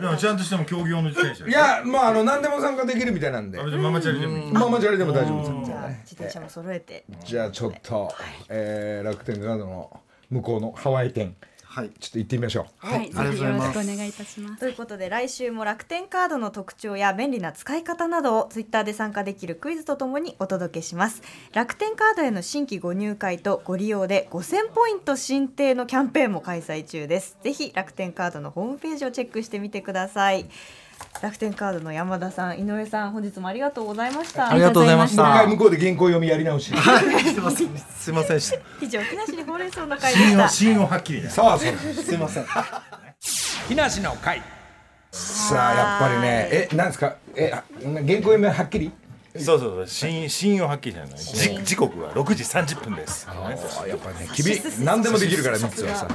[SPEAKER 6] でもちゃんとしても競技用の自転車
[SPEAKER 1] いやまああの何でも参加できるみたいなんで
[SPEAKER 6] あ別にママチャリでもいい
[SPEAKER 1] まあまあじゃああれでも大丈夫です
[SPEAKER 4] じゃあ自転車も揃えて
[SPEAKER 1] じゃあちょっと、えー楽天カードの向こうのハワイ店
[SPEAKER 3] はい
[SPEAKER 1] ちょっと行ってみましょう
[SPEAKER 5] はい、
[SPEAKER 3] ありがとう
[SPEAKER 5] ぜ
[SPEAKER 3] ご
[SPEAKER 5] ひ
[SPEAKER 3] ざい
[SPEAKER 5] よろ
[SPEAKER 3] ます
[SPEAKER 5] しくお願いいたします。
[SPEAKER 4] ということで来週も楽天カードの特徴や便利な使い方などをツイッターで参加できるクイズとともにお届けします楽天カードへの新規ご入会とご利用で5000ポイント申請のキャンペーンも開催中ですぜひ楽天カードのホームページをチェックしてみてください楽天カードの山田さん井上さん本日もありがとうございました
[SPEAKER 3] ありがとうございまし
[SPEAKER 1] 一
[SPEAKER 3] た
[SPEAKER 1] 回向こうで原稿読みやり直し
[SPEAKER 3] すいませんすいませんし
[SPEAKER 4] 以上木梨にほうれん草の会でし
[SPEAKER 6] 信用
[SPEAKER 4] た
[SPEAKER 6] 信用はっきりね
[SPEAKER 1] さあそう
[SPEAKER 3] すいません
[SPEAKER 1] 木梨の会さあやっぱりねえなんですかえあ原稿読みははっきり
[SPEAKER 8] そうそうそう、信信用はっきりじゃない。じ時刻は6時30分です。
[SPEAKER 1] あやっぱね厳し何でもできるから三つはさ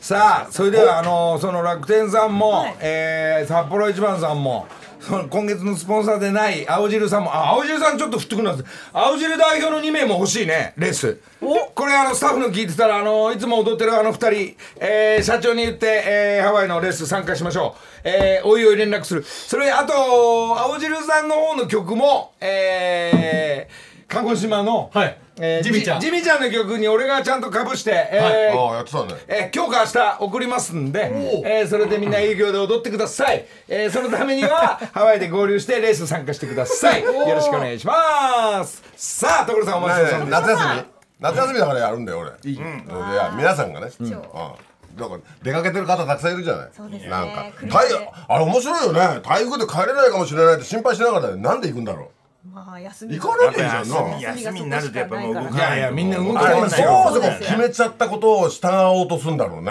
[SPEAKER 1] さあそれではあのその楽天さんも、えー札幌一番さんもその今月のスポンサーでない青汁さんもあ青汁さんちょっと振ってくるなんです青汁代表の2名も欲しいねレースこれあのスタッフの聞いてたらあのいつも踊ってるあの2人、えー社長に言って、えーハワイのレース参加しましょう、えーおいおい連絡するそれあと青汁さんの方の曲もえー鹿児島の、
[SPEAKER 9] はい
[SPEAKER 1] えー
[SPEAKER 9] ジミーちゃん
[SPEAKER 1] ジミーちゃんの曲に俺がちゃんとかぶして、えー
[SPEAKER 2] ああやってたね
[SPEAKER 1] えー今日か明日送りますんで、えーそれでみんな営業で踊ってください、えーそのためにはハワイで合流してレース参加してくださいよろしくお願いしますさあ所さんお待ちしております
[SPEAKER 2] 夏休み夏休みだからやるんだよ俺いや皆さんがねうんだから出かけてる方たくさんいるじゃない
[SPEAKER 4] そうですね
[SPEAKER 2] なんか
[SPEAKER 4] 車
[SPEAKER 2] 台
[SPEAKER 4] で
[SPEAKER 2] あれ面白いよね台風で帰れないかもしれないって心配しながらなんで行くんだろ
[SPEAKER 4] まあ休
[SPEAKER 2] う
[SPEAKER 4] み
[SPEAKER 2] 行かなきゃいいじゃんな
[SPEAKER 8] 休み休みになるとやっぱもう動かない
[SPEAKER 1] いやいやみんな動き
[SPEAKER 2] あ
[SPEAKER 1] た
[SPEAKER 2] れ
[SPEAKER 1] いん
[SPEAKER 2] も
[SPEAKER 1] です
[SPEAKER 2] そ
[SPEAKER 1] よ
[SPEAKER 2] もそも決めちゃったことを従おうとするんだろうね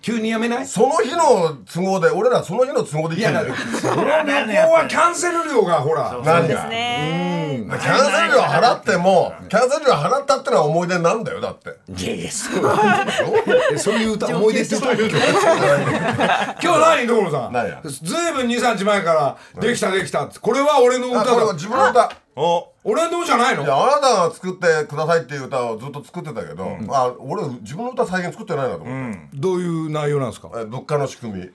[SPEAKER 1] 急にやめない
[SPEAKER 2] その日の都合で俺らその日の都合
[SPEAKER 1] い
[SPEAKER 2] で生きて
[SPEAKER 1] や
[SPEAKER 2] ん
[SPEAKER 1] だ
[SPEAKER 2] だ
[SPEAKER 1] って
[SPEAKER 2] よ
[SPEAKER 1] その旅行はキャンセル料がほら
[SPEAKER 2] 何
[SPEAKER 4] で
[SPEAKER 2] が
[SPEAKER 4] すね
[SPEAKER 2] キャンセル料払ってもキャンセル料払ったってのは思い出になるんだよだって
[SPEAKER 1] いやいやそうえそういう歌思い出って歌う今日何所さん
[SPEAKER 2] 何や
[SPEAKER 1] ずいぶん23日前から「できたできた」ってこれは俺の
[SPEAKER 2] あ
[SPEAKER 1] 歌
[SPEAKER 2] これは
[SPEAKER 1] だ
[SPEAKER 2] 自分の歌
[SPEAKER 8] お、
[SPEAKER 1] 俺のじゃない
[SPEAKER 2] い
[SPEAKER 1] の
[SPEAKER 2] やあなたが作ってくださいっていう歌をずっと作ってたけど、あ俺自分の歌最近作ってないなと思って、
[SPEAKER 1] どういう内容なんですか
[SPEAKER 2] え物価の仕組み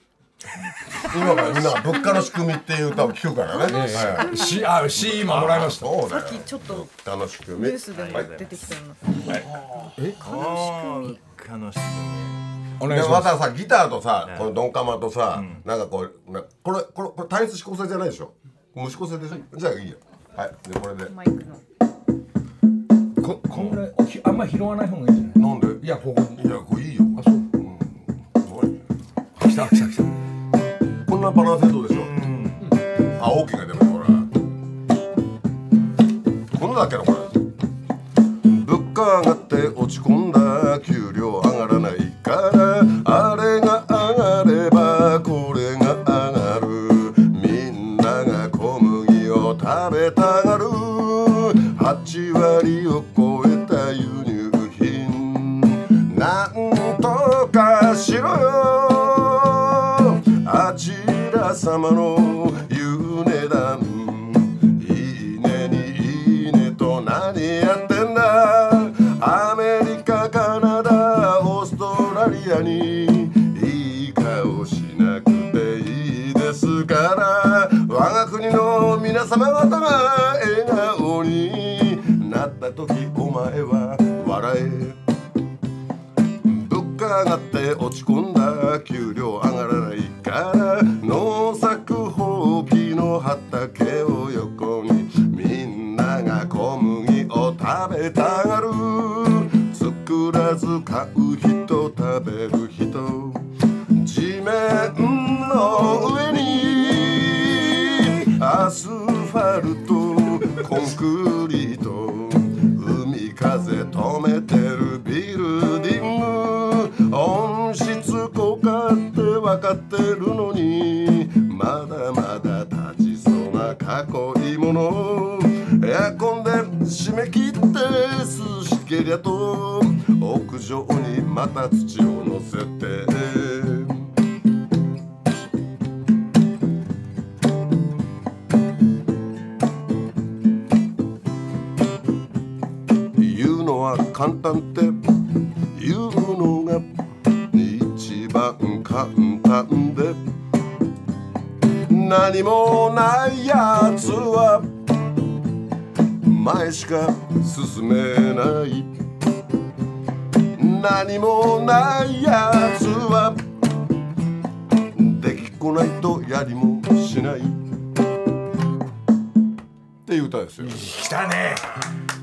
[SPEAKER 2] 今からみんなが物価の仕組みっていう歌を聴くからね、はい
[SPEAKER 1] しあ、し今もらいました。
[SPEAKER 2] そうだよ
[SPEAKER 4] さっきちょっと
[SPEAKER 2] 物価の仕組み
[SPEAKER 4] ニュースでも出てきたような
[SPEAKER 8] あの人
[SPEAKER 1] お願
[SPEAKER 2] で
[SPEAKER 1] いし
[SPEAKER 2] ま
[SPEAKER 1] ます。
[SPEAKER 2] たさギターとさ、このドンカマとさ、なんかこうなこれこれこれ単一指向性じゃないでしょ無指向性でしょじゃあいいよはいでこれで
[SPEAKER 4] マイクの
[SPEAKER 1] ここんぐらいひあんま拾わない方がいいんじゃない。
[SPEAKER 2] なんで
[SPEAKER 1] いやここ
[SPEAKER 2] いやこれいいよあそう、うん、すごいね
[SPEAKER 1] 来た来た来た。
[SPEAKER 2] こんなバランスどうでしょう。あ、大きが出ます、ほら。こんなだっけな、これ。物価上がって落ち込んだ給料上がらないからあれが上がればこれが上がるみんなが小麦を食べたがる8割を超えた輸入品なんとかしろよあちら様の言う値段いいねにいいねと何やってんだアメリカカナダオーストラリアにいい顔しなくていいですから我が国の皆様方が笑顔になった時お前は笑え物価上がって落ち込んだ給料上がらないから農作放棄の畑を横にみんなが小麦を食べたがる作らず買う人食べる人地面の上にアスファルトコンクリート海風止めてるビルディング音質効果って分かってるのにまだまだ立ちそうないものをエアコンで締め切って涼しけりゃと屋上にまた土を乗せて言うのは簡単って言うのが一番簡単で何もないやつは前しか進めない何もないやつはできっこないとやりもしないっていう歌ですよ。
[SPEAKER 1] 来たね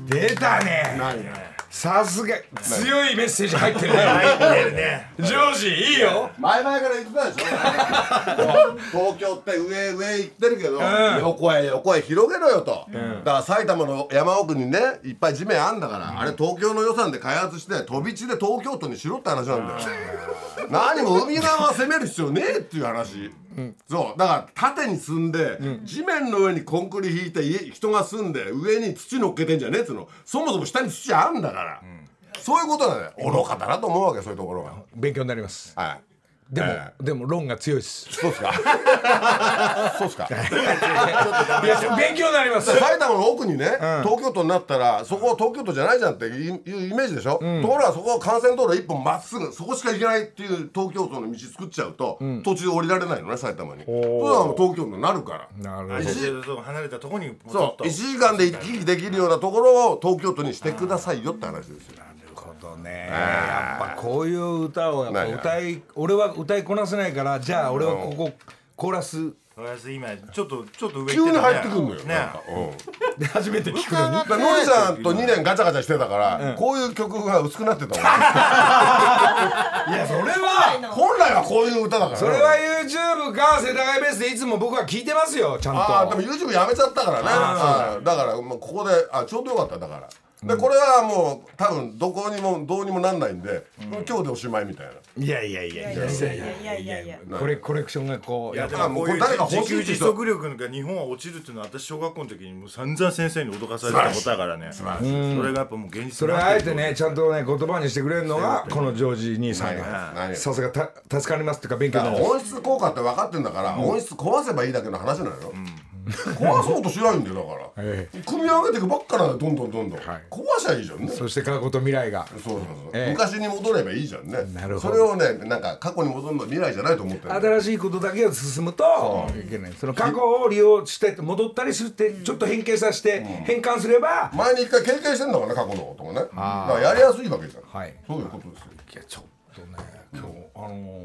[SPEAKER 1] 出たね
[SPEAKER 2] ないね
[SPEAKER 1] さすが強いメッセージ入ってるね入ってるねジョージいいよ
[SPEAKER 2] 前々から言ってたでしょ東京って上上行ってるけど、横へ横へ広げろよと、だから埼玉の山奥にねいっぱい地面あんだから、あれ東京の予算で開発して飛び地で東京都にしろって話なんだよ何も海側は攻める必要ねえっていう話、そうだから縦に積んで、地面の上にコンクリ引いて家人が住んで上に土乗っけてんじゃねえっつうのそもそも下に土あんだから、そういうことなんだよ愚かだなと思うわけそういうところが、
[SPEAKER 1] 勉強になります
[SPEAKER 2] はい
[SPEAKER 1] でも、
[SPEAKER 2] え
[SPEAKER 1] でも論が強いです
[SPEAKER 2] そうっす
[SPEAKER 1] [laughs]
[SPEAKER 2] か。そうっすか。
[SPEAKER 1] いや勉強になります
[SPEAKER 2] 埼玉の奥にね、東京都になったら、そこは東京都じゃないじゃんっていういうイメージでしょ、ところがそこは幹線道路一本まっすぐ、そこしか行けないっていう東京都の道作っちゃうと、途中で降りられないのね、埼玉に。そうだもう東京都になるから。
[SPEAKER 1] なるほ
[SPEAKER 8] あ
[SPEAKER 1] ど
[SPEAKER 8] 一時そう離れたとこにポ
[SPEAKER 2] そう、1
[SPEAKER 8] 一
[SPEAKER 2] 時間で行き来できるようなところを東京都にしてくださいよって話ですよ。
[SPEAKER 1] ことね、やっぱこういう歌をやっぱ
[SPEAKER 2] ないな
[SPEAKER 1] 歌い俺は歌いこなせないからじゃあ俺はここコーラス
[SPEAKER 8] とりあえず今ちょっとちょっと上
[SPEAKER 2] 急
[SPEAKER 8] 行
[SPEAKER 2] に
[SPEAKER 8] たね
[SPEAKER 2] 入ってくるのよ。
[SPEAKER 8] ね
[SPEAKER 2] なんかうん
[SPEAKER 1] で [laughs] 初めて聞くのに
[SPEAKER 2] だからノリさんと2年ガチャガチャしてたから、こういう曲が薄くなってたも
[SPEAKER 1] [laughs]
[SPEAKER 2] ん
[SPEAKER 1] いやそれは
[SPEAKER 2] 本来はこういう歌だからね
[SPEAKER 1] それは YouTube か世田谷ベースでいつも僕は聞いてますよちゃんと
[SPEAKER 2] ああでも YouTube やめちゃったからねあーだからもうここであちょうどよかっただからでこれはもう多分どこにもどうにもなんないんで、今日でおしまいみたいない
[SPEAKER 1] やいやいやいやいやいや
[SPEAKER 4] いやいやいや
[SPEAKER 1] これコレクションがこう
[SPEAKER 8] いや
[SPEAKER 1] や
[SPEAKER 8] でもこういう
[SPEAKER 2] 誰か欲しい
[SPEAKER 8] 自給
[SPEAKER 2] って
[SPEAKER 8] 自
[SPEAKER 2] 人
[SPEAKER 8] 足力が日本は落ちるっていうのは私小学校の時にもう散々先生に脅かされたことだからねそれがやっぱもう現実
[SPEAKER 1] それはあえてねちゃんとね言葉にしてくれるのがこのジョージ兄さんが
[SPEAKER 2] 何よ
[SPEAKER 1] さすがた助かりますっていうか勉強
[SPEAKER 2] だ
[SPEAKER 1] にな
[SPEAKER 2] か
[SPEAKER 1] り
[SPEAKER 2] ら
[SPEAKER 1] ます
[SPEAKER 2] 音質効果って分かってんだから、音質壊せばいいだけの話なのよ、壊そうとしないんだよだか
[SPEAKER 1] [laughs]
[SPEAKER 2] ら、
[SPEAKER 1] え
[SPEAKER 2] 組み上げていくばっかなんだよどんどんどんどん、
[SPEAKER 1] はい
[SPEAKER 2] 壊しゃいいじゃんね
[SPEAKER 1] そして過去と未来が
[SPEAKER 2] そうそうそう、
[SPEAKER 1] ええ
[SPEAKER 2] 昔に戻ればいいじゃんね
[SPEAKER 1] なるほど
[SPEAKER 2] それをねなんか過去に戻るのは未来じゃないと思ってる
[SPEAKER 1] 新しいことだけを進むといけないその過去を利用して戻ったりするってちょっと変形させて変換すれば
[SPEAKER 2] 前に一回経験してんだからね過去のこともねだからやりやすいわけじゃん、
[SPEAKER 1] はい
[SPEAKER 2] そういうことですよ
[SPEAKER 1] いやちょっとね今日あの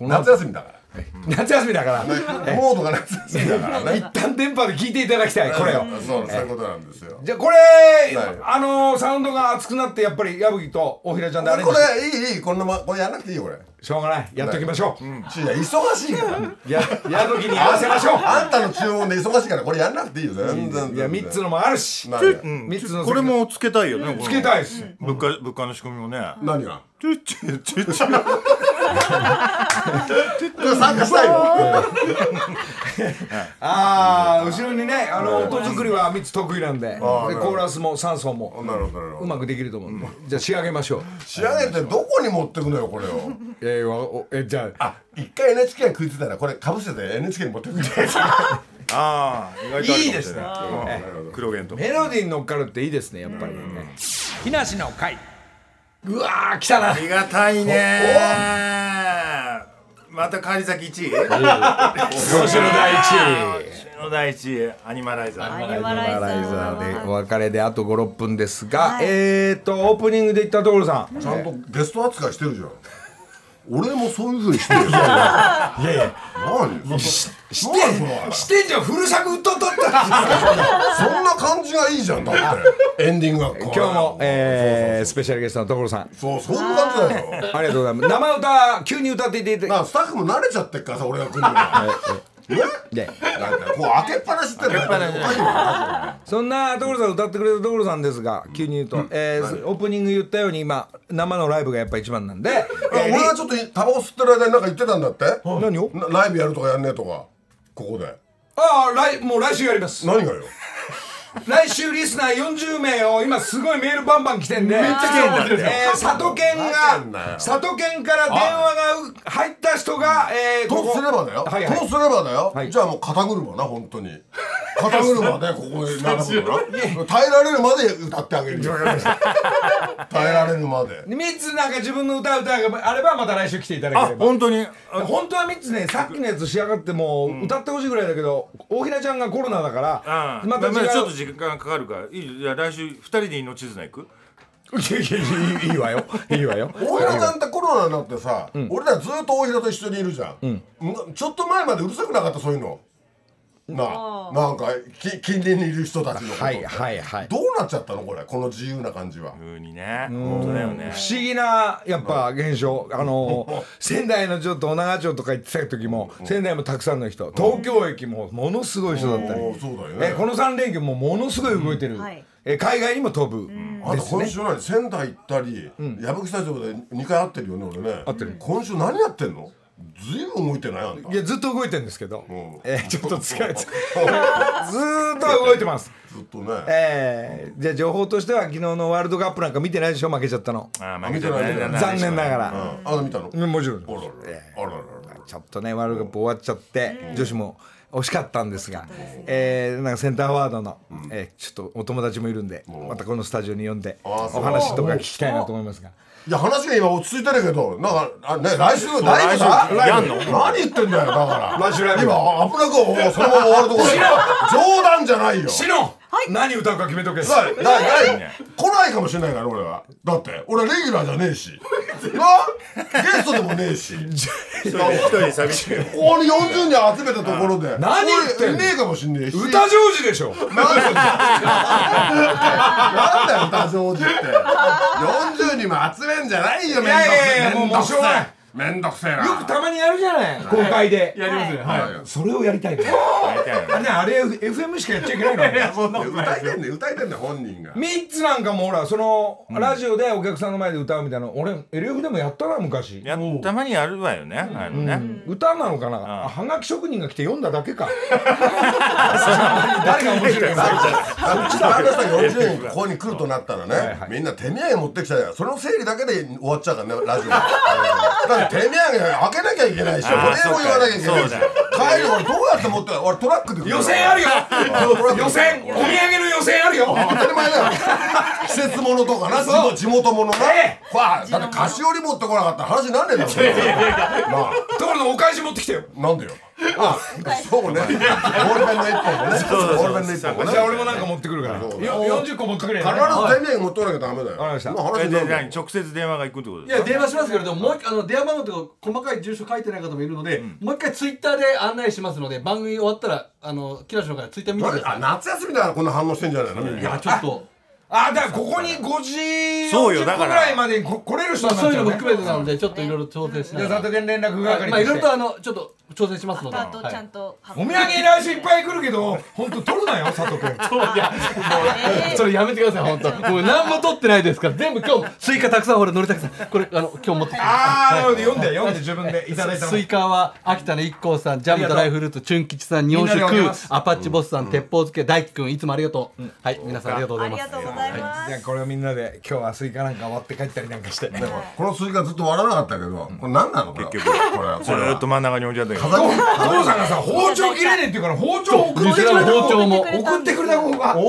[SPEAKER 2] 何
[SPEAKER 1] の後
[SPEAKER 2] 夏休みだか
[SPEAKER 1] ー
[SPEAKER 2] ら
[SPEAKER 1] [laughs] 夏休みだから
[SPEAKER 2] [laughs] モードが夏休みだから [laughs] ね。
[SPEAKER 1] 一旦電波で聞いていただきたいこれを
[SPEAKER 2] そうそういうことなんですよ。
[SPEAKER 1] じゃあこれ
[SPEAKER 2] はい
[SPEAKER 1] あのーサウンドが熱くなってやっぱり矢吹と大平ちゃんであれ
[SPEAKER 2] これいいいいこんなまこれやんなくていいよこれ。
[SPEAKER 1] しょうがないやっときましょう
[SPEAKER 2] いや忙しいから。
[SPEAKER 1] や矢吹に合わせましょう
[SPEAKER 2] あんたの注文で忙しいからこれやんなくていいよ全然。
[SPEAKER 1] いや3つのもあるし
[SPEAKER 2] 何が
[SPEAKER 1] 3つの
[SPEAKER 8] これもつけたいよね
[SPEAKER 1] つけ
[SPEAKER 8] い
[SPEAKER 1] たいです
[SPEAKER 8] 物価物価の仕組みもね
[SPEAKER 2] 何が。
[SPEAKER 8] チュッチュッチュッチュッ
[SPEAKER 2] 参加したいよ。
[SPEAKER 1] ああ後ろにねあの音作りは3つ得意なんででコ
[SPEAKER 2] あー
[SPEAKER 1] ーラスも3層も
[SPEAKER 2] なるほどなる
[SPEAKER 1] う
[SPEAKER 2] ほど。
[SPEAKER 1] まくできると思うんでじゃあ仕上げましょう
[SPEAKER 2] 仕上げてどこに持ってくのよこれを。
[SPEAKER 1] えーわおえじゃあ
[SPEAKER 2] あ一回 NHK が食いついたらこれ被せて NHK に持ってくる。
[SPEAKER 8] ああ意外とあるかもしれない
[SPEAKER 1] いですね
[SPEAKER 8] 黒源と
[SPEAKER 1] メロディーに乗っかるっていいですねやっぱりね木梨の会うわー来たな
[SPEAKER 8] ありがたいねまた帰り先1位
[SPEAKER 1] 星野第一
[SPEAKER 8] の第1位アニマライザー
[SPEAKER 4] アニマライザ
[SPEAKER 1] ライザ
[SPEAKER 4] ー
[SPEAKER 1] ーでお別れであと56分ですがえーとオープニングで言ったところさん
[SPEAKER 2] ちゃんとゲスト扱いしてるじゃん。俺もそういう風にしてるよ。いやいや。何。して
[SPEAKER 1] してんじゃんフル作歌歌った
[SPEAKER 2] そんな感じがいいじゃんだってエンディングが今
[SPEAKER 1] 今日もえースペシャルゲストの所さん
[SPEAKER 2] そうそうそういう感じだよ
[SPEAKER 1] ありがとうございます生歌急に歌っていていただ
[SPEAKER 2] まあスタッフも慣れちゃってっからさ俺が来るのはね
[SPEAKER 1] いて
[SPEAKER 2] だってこう開けっぱなしって開けっぱなし
[SPEAKER 1] そんな所さん歌ってくれた所さんですが急に言うと、えーオープニング言ったように今生のライブがやっぱ一番なんで、え
[SPEAKER 2] 俺
[SPEAKER 1] ー
[SPEAKER 2] がちょっとタバコ吸ってる間になんか言ってたんだって
[SPEAKER 1] 何を
[SPEAKER 2] なライブやるとかやんねえとかここで
[SPEAKER 1] ああ来もう来週やります
[SPEAKER 2] 何がよ
[SPEAKER 1] 来週リスナー40名を今すごいメールバンバン来てんでめっちゃ来てんだえー、佐渡県
[SPEAKER 2] バカになる
[SPEAKER 1] が
[SPEAKER 2] よ
[SPEAKER 1] 佐渡県から電話が入った人が、えー、
[SPEAKER 2] と
[SPEAKER 1] こ
[SPEAKER 2] すればだよ、
[SPEAKER 1] はいはい
[SPEAKER 2] とすればだよ、
[SPEAKER 1] はい
[SPEAKER 2] じゃあもう肩車な本
[SPEAKER 1] [laughs]
[SPEAKER 2] 当に肩車でここで並ぶから耐えられるまで歌ってあげるよ耐えられるまで
[SPEAKER 1] 3つなんか自分の歌歌があればまた来週来ていただければ
[SPEAKER 8] 本当に
[SPEAKER 1] 本当は3つねさっきのやつ仕上がってもう歌ってほしいぐらいだけど、大平ちゃんがコロナだから、
[SPEAKER 8] うん、ま
[SPEAKER 1] また
[SPEAKER 8] た
[SPEAKER 1] 違う
[SPEAKER 8] ちょっと時間かかるからいいじゃあ来週二人で命綱行く
[SPEAKER 1] いやいやい [laughs] やいいわよいいわよ
[SPEAKER 2] 大平さんってコロナになってさ、俺らずっと大平と一緒にいるじゃん、んちょっと前までうるさくなかったそういうのなあなんかき近隣にいる人たちのこと、
[SPEAKER 1] はいはいはい
[SPEAKER 2] どうなっちゃったのこれこの自由な感じは、
[SPEAKER 8] 風にね本当だよね
[SPEAKER 1] 不思議なやっぱ現象、あの仙台のちょっと女川町とか行ってた時も、仙台もたくさんの人東京駅もものすごい人だったり、
[SPEAKER 2] おーそうだよね
[SPEAKER 1] えーこの3連休もものすごい動いてる、
[SPEAKER 4] はい
[SPEAKER 1] えー海外にも飛ぶ、
[SPEAKER 2] あと今週何仙台行ったり、矢吹スタジオで2回会ってるよね俺ね
[SPEAKER 1] ってる
[SPEAKER 2] 今週何やってんのずいぶん動いてないあんた
[SPEAKER 1] いやずっと動いてるんですけど、
[SPEAKER 2] ん
[SPEAKER 1] えーちょっと疲れて [laughs] ずーっと動いてます
[SPEAKER 2] ずっとね
[SPEAKER 1] えー、じゃあ情報としては昨日のワールドカップなんか見てないでしょ負けちゃったの
[SPEAKER 8] あー
[SPEAKER 2] 見てない見てない
[SPEAKER 1] 残念ながら、
[SPEAKER 2] ああの見たのあ
[SPEAKER 1] うんもちろん
[SPEAKER 2] らららあららら
[SPEAKER 1] ちょっとねワールドカップ終わっちゃって、女子も惜しかったんですが、えーなんかセンターフォワードの、えーちょっとお友達もいるんで、またこのスタジオに呼んでお
[SPEAKER 2] あーそう
[SPEAKER 1] 話とか聞きたいなと思いますが、
[SPEAKER 2] いや話が今落ち着いてるけどなんかあね来週ライブだ
[SPEAKER 8] 来週やんの
[SPEAKER 2] 何言ってんだよだから
[SPEAKER 1] 来週ライブ
[SPEAKER 2] 今あ危なくおそのまま終わるところだよ冗談じゃないよ
[SPEAKER 1] シノン、何歌うか決めとけ
[SPEAKER 2] だいだい来ないかもしれないから俺はだって俺レギュラーじゃねえしなゲストでもねえし
[SPEAKER 8] 一人一人寂
[SPEAKER 1] [laughs]
[SPEAKER 8] しい
[SPEAKER 2] ここに40人集めたところで
[SPEAKER 1] 何言ってんの
[SPEAKER 2] 俺ねえかもしんねえし
[SPEAKER 1] 歌上手でしょ
[SPEAKER 2] なんだよなんだよ歌上手って40人も集めんじゃないよ
[SPEAKER 1] い
[SPEAKER 2] めんどく
[SPEAKER 1] やいやいや
[SPEAKER 2] せえめんどく
[SPEAKER 1] もうしょうがない
[SPEAKER 2] せえめんどくせえな
[SPEAKER 1] よくたまにやるじゃない公開で
[SPEAKER 9] やりますね。はい。
[SPEAKER 2] はい
[SPEAKER 1] それをやりたいから
[SPEAKER 8] やりたいよね
[SPEAKER 1] あれねあれ FM しかやっちゃいけないの
[SPEAKER 2] 歌えてんね歌えてんね本人が
[SPEAKER 1] 3つなんかもほらその、ラジオでお客さんの前で歌うみたいなの俺 LF でもやったな昔
[SPEAKER 8] やたまにやるわよねあのね
[SPEAKER 1] 歌なのかな、あはがき職人が来て読んだだけか誰が面白いの
[SPEAKER 2] あのちょっとあの人が40人ここに来るとなったらね、みんな手土産持ってきちゃうよその整理だけで終わっちゃうからねラジオだって手土産開けなきゃいけないしお
[SPEAKER 8] あー
[SPEAKER 2] 礼も言わなきゃいけない
[SPEAKER 8] そう
[SPEAKER 2] し帰る俺どうやって持って俺トラックで来る
[SPEAKER 1] 予選あるよ
[SPEAKER 2] よ
[SPEAKER 1] 予選お土産の予選あるよ
[SPEAKER 2] 当たり前だよ季節ものとかな地元地元ものな、
[SPEAKER 1] え
[SPEAKER 2] ほらだって菓子折り持ってこなかったら話になんねえだろそれなあ
[SPEAKER 1] ところのお返し持ってきてよ
[SPEAKER 2] なんでよあそうねボールペンの一本もねボールペンの一本もね
[SPEAKER 1] じゃあ俺もなんか持ってくるから
[SPEAKER 2] そうだ
[SPEAKER 1] よ40個持ってくれよ
[SPEAKER 2] 必ず手土産持ってこなきゃダメだよ
[SPEAKER 1] わかりました
[SPEAKER 2] まあ話
[SPEAKER 8] え
[SPEAKER 2] にな
[SPEAKER 8] で
[SPEAKER 2] る
[SPEAKER 8] 何直接電話が行くってこと
[SPEAKER 9] い
[SPEAKER 8] で
[SPEAKER 9] や
[SPEAKER 8] すか
[SPEAKER 9] [laughs] 電話しますけれどももう一回あの電話番号とか細かい住所書いてない方もいるので、もう一回ツイッターで案内しますので番組終わったらあの木梨のからツイッター見てくだ
[SPEAKER 2] あ
[SPEAKER 9] さ
[SPEAKER 2] 夏休みだからこんな反応してんじゃないのみん
[SPEAKER 9] い。
[SPEAKER 2] ない
[SPEAKER 9] やちょっと
[SPEAKER 1] あだからここに5時
[SPEAKER 8] そうよ
[SPEAKER 1] 40
[SPEAKER 8] だ
[SPEAKER 1] 分
[SPEAKER 8] か
[SPEAKER 1] ぐ
[SPEAKER 8] ら
[SPEAKER 1] らいまでにこ来れる人
[SPEAKER 9] まあ
[SPEAKER 1] にな
[SPEAKER 9] そ
[SPEAKER 1] っ
[SPEAKER 9] う
[SPEAKER 1] ち
[SPEAKER 9] い
[SPEAKER 1] ゃ
[SPEAKER 9] うの
[SPEAKER 1] う
[SPEAKER 9] も
[SPEAKER 1] ね
[SPEAKER 9] 含めてなのでちょっといろいろ調整しな
[SPEAKER 1] じゃあ
[SPEAKER 9] が
[SPEAKER 1] 佐
[SPEAKER 9] ら、
[SPEAKER 1] 藤健連絡
[SPEAKER 9] はい
[SPEAKER 1] 係
[SPEAKER 9] まあい
[SPEAKER 1] とし
[SPEAKER 9] ろいろ
[SPEAKER 1] て
[SPEAKER 9] とあのちょっと調整しますので、
[SPEAKER 4] あと
[SPEAKER 9] はい
[SPEAKER 4] ちゃんとお
[SPEAKER 1] お土産来週いっぱい来るけど本当取るなよ佐藤健 [laughs]
[SPEAKER 9] それやめてください本当もう何も取ってないですから全部今日スイカたくさんほら乗りたくさんこれあの今日持ってきた
[SPEAKER 1] ああなるほど読んで読んで自分でいただいたの
[SPEAKER 9] スイカは秋田の一光さんジャムドライフルーツチュン吉さん日本
[SPEAKER 1] みんなで分け
[SPEAKER 9] 酒
[SPEAKER 1] ます
[SPEAKER 9] アパッチボスさん、鉄砲漬け大輝くんいつもありがとう、はい皆さんありがとうご
[SPEAKER 4] あ
[SPEAKER 9] ざい
[SPEAKER 4] り
[SPEAKER 9] ます
[SPEAKER 4] がとうございま
[SPEAKER 1] じゃあ
[SPEAKER 4] す。
[SPEAKER 1] これをみんなで今日はスイカなんか割って帰ったりなんかして
[SPEAKER 2] これこの数字がずっと笑わなかったけどこれ何なのこれ
[SPEAKER 8] 結
[SPEAKER 2] これ
[SPEAKER 8] 局ず
[SPEAKER 2] これ
[SPEAKER 8] ーっと真ん中に置いてあったけど
[SPEAKER 2] 飾り
[SPEAKER 1] お父さんがさ包丁切れねえって言うから包丁送ってくれ
[SPEAKER 9] 店
[SPEAKER 1] た
[SPEAKER 9] の包丁も
[SPEAKER 1] 送ってくれた方が
[SPEAKER 2] おーい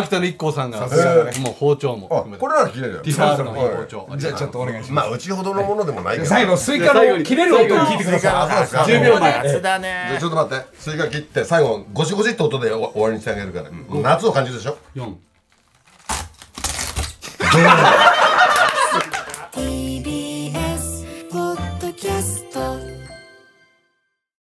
[SPEAKER 9] 秋田の一光さんが
[SPEAKER 2] すがだね
[SPEAKER 9] もう包丁も
[SPEAKER 2] あ
[SPEAKER 9] 含めて
[SPEAKER 2] これなら切れるよ
[SPEAKER 9] ティファールの包丁
[SPEAKER 1] じゃあちょっとお願いしま
[SPEAKER 2] まあうちほどのものでもないけ
[SPEAKER 1] す
[SPEAKER 2] ど
[SPEAKER 1] 最後スイカの切れる音を聞いてください
[SPEAKER 2] あそうですか
[SPEAKER 9] 10秒前
[SPEAKER 8] 夏だ
[SPEAKER 2] じゃあ
[SPEAKER 8] ね
[SPEAKER 2] ちょっと待ってスイカ切って最後ゴシゴシって音で終わ終わりにしてあげるから夏を感じるでしょ
[SPEAKER 9] 4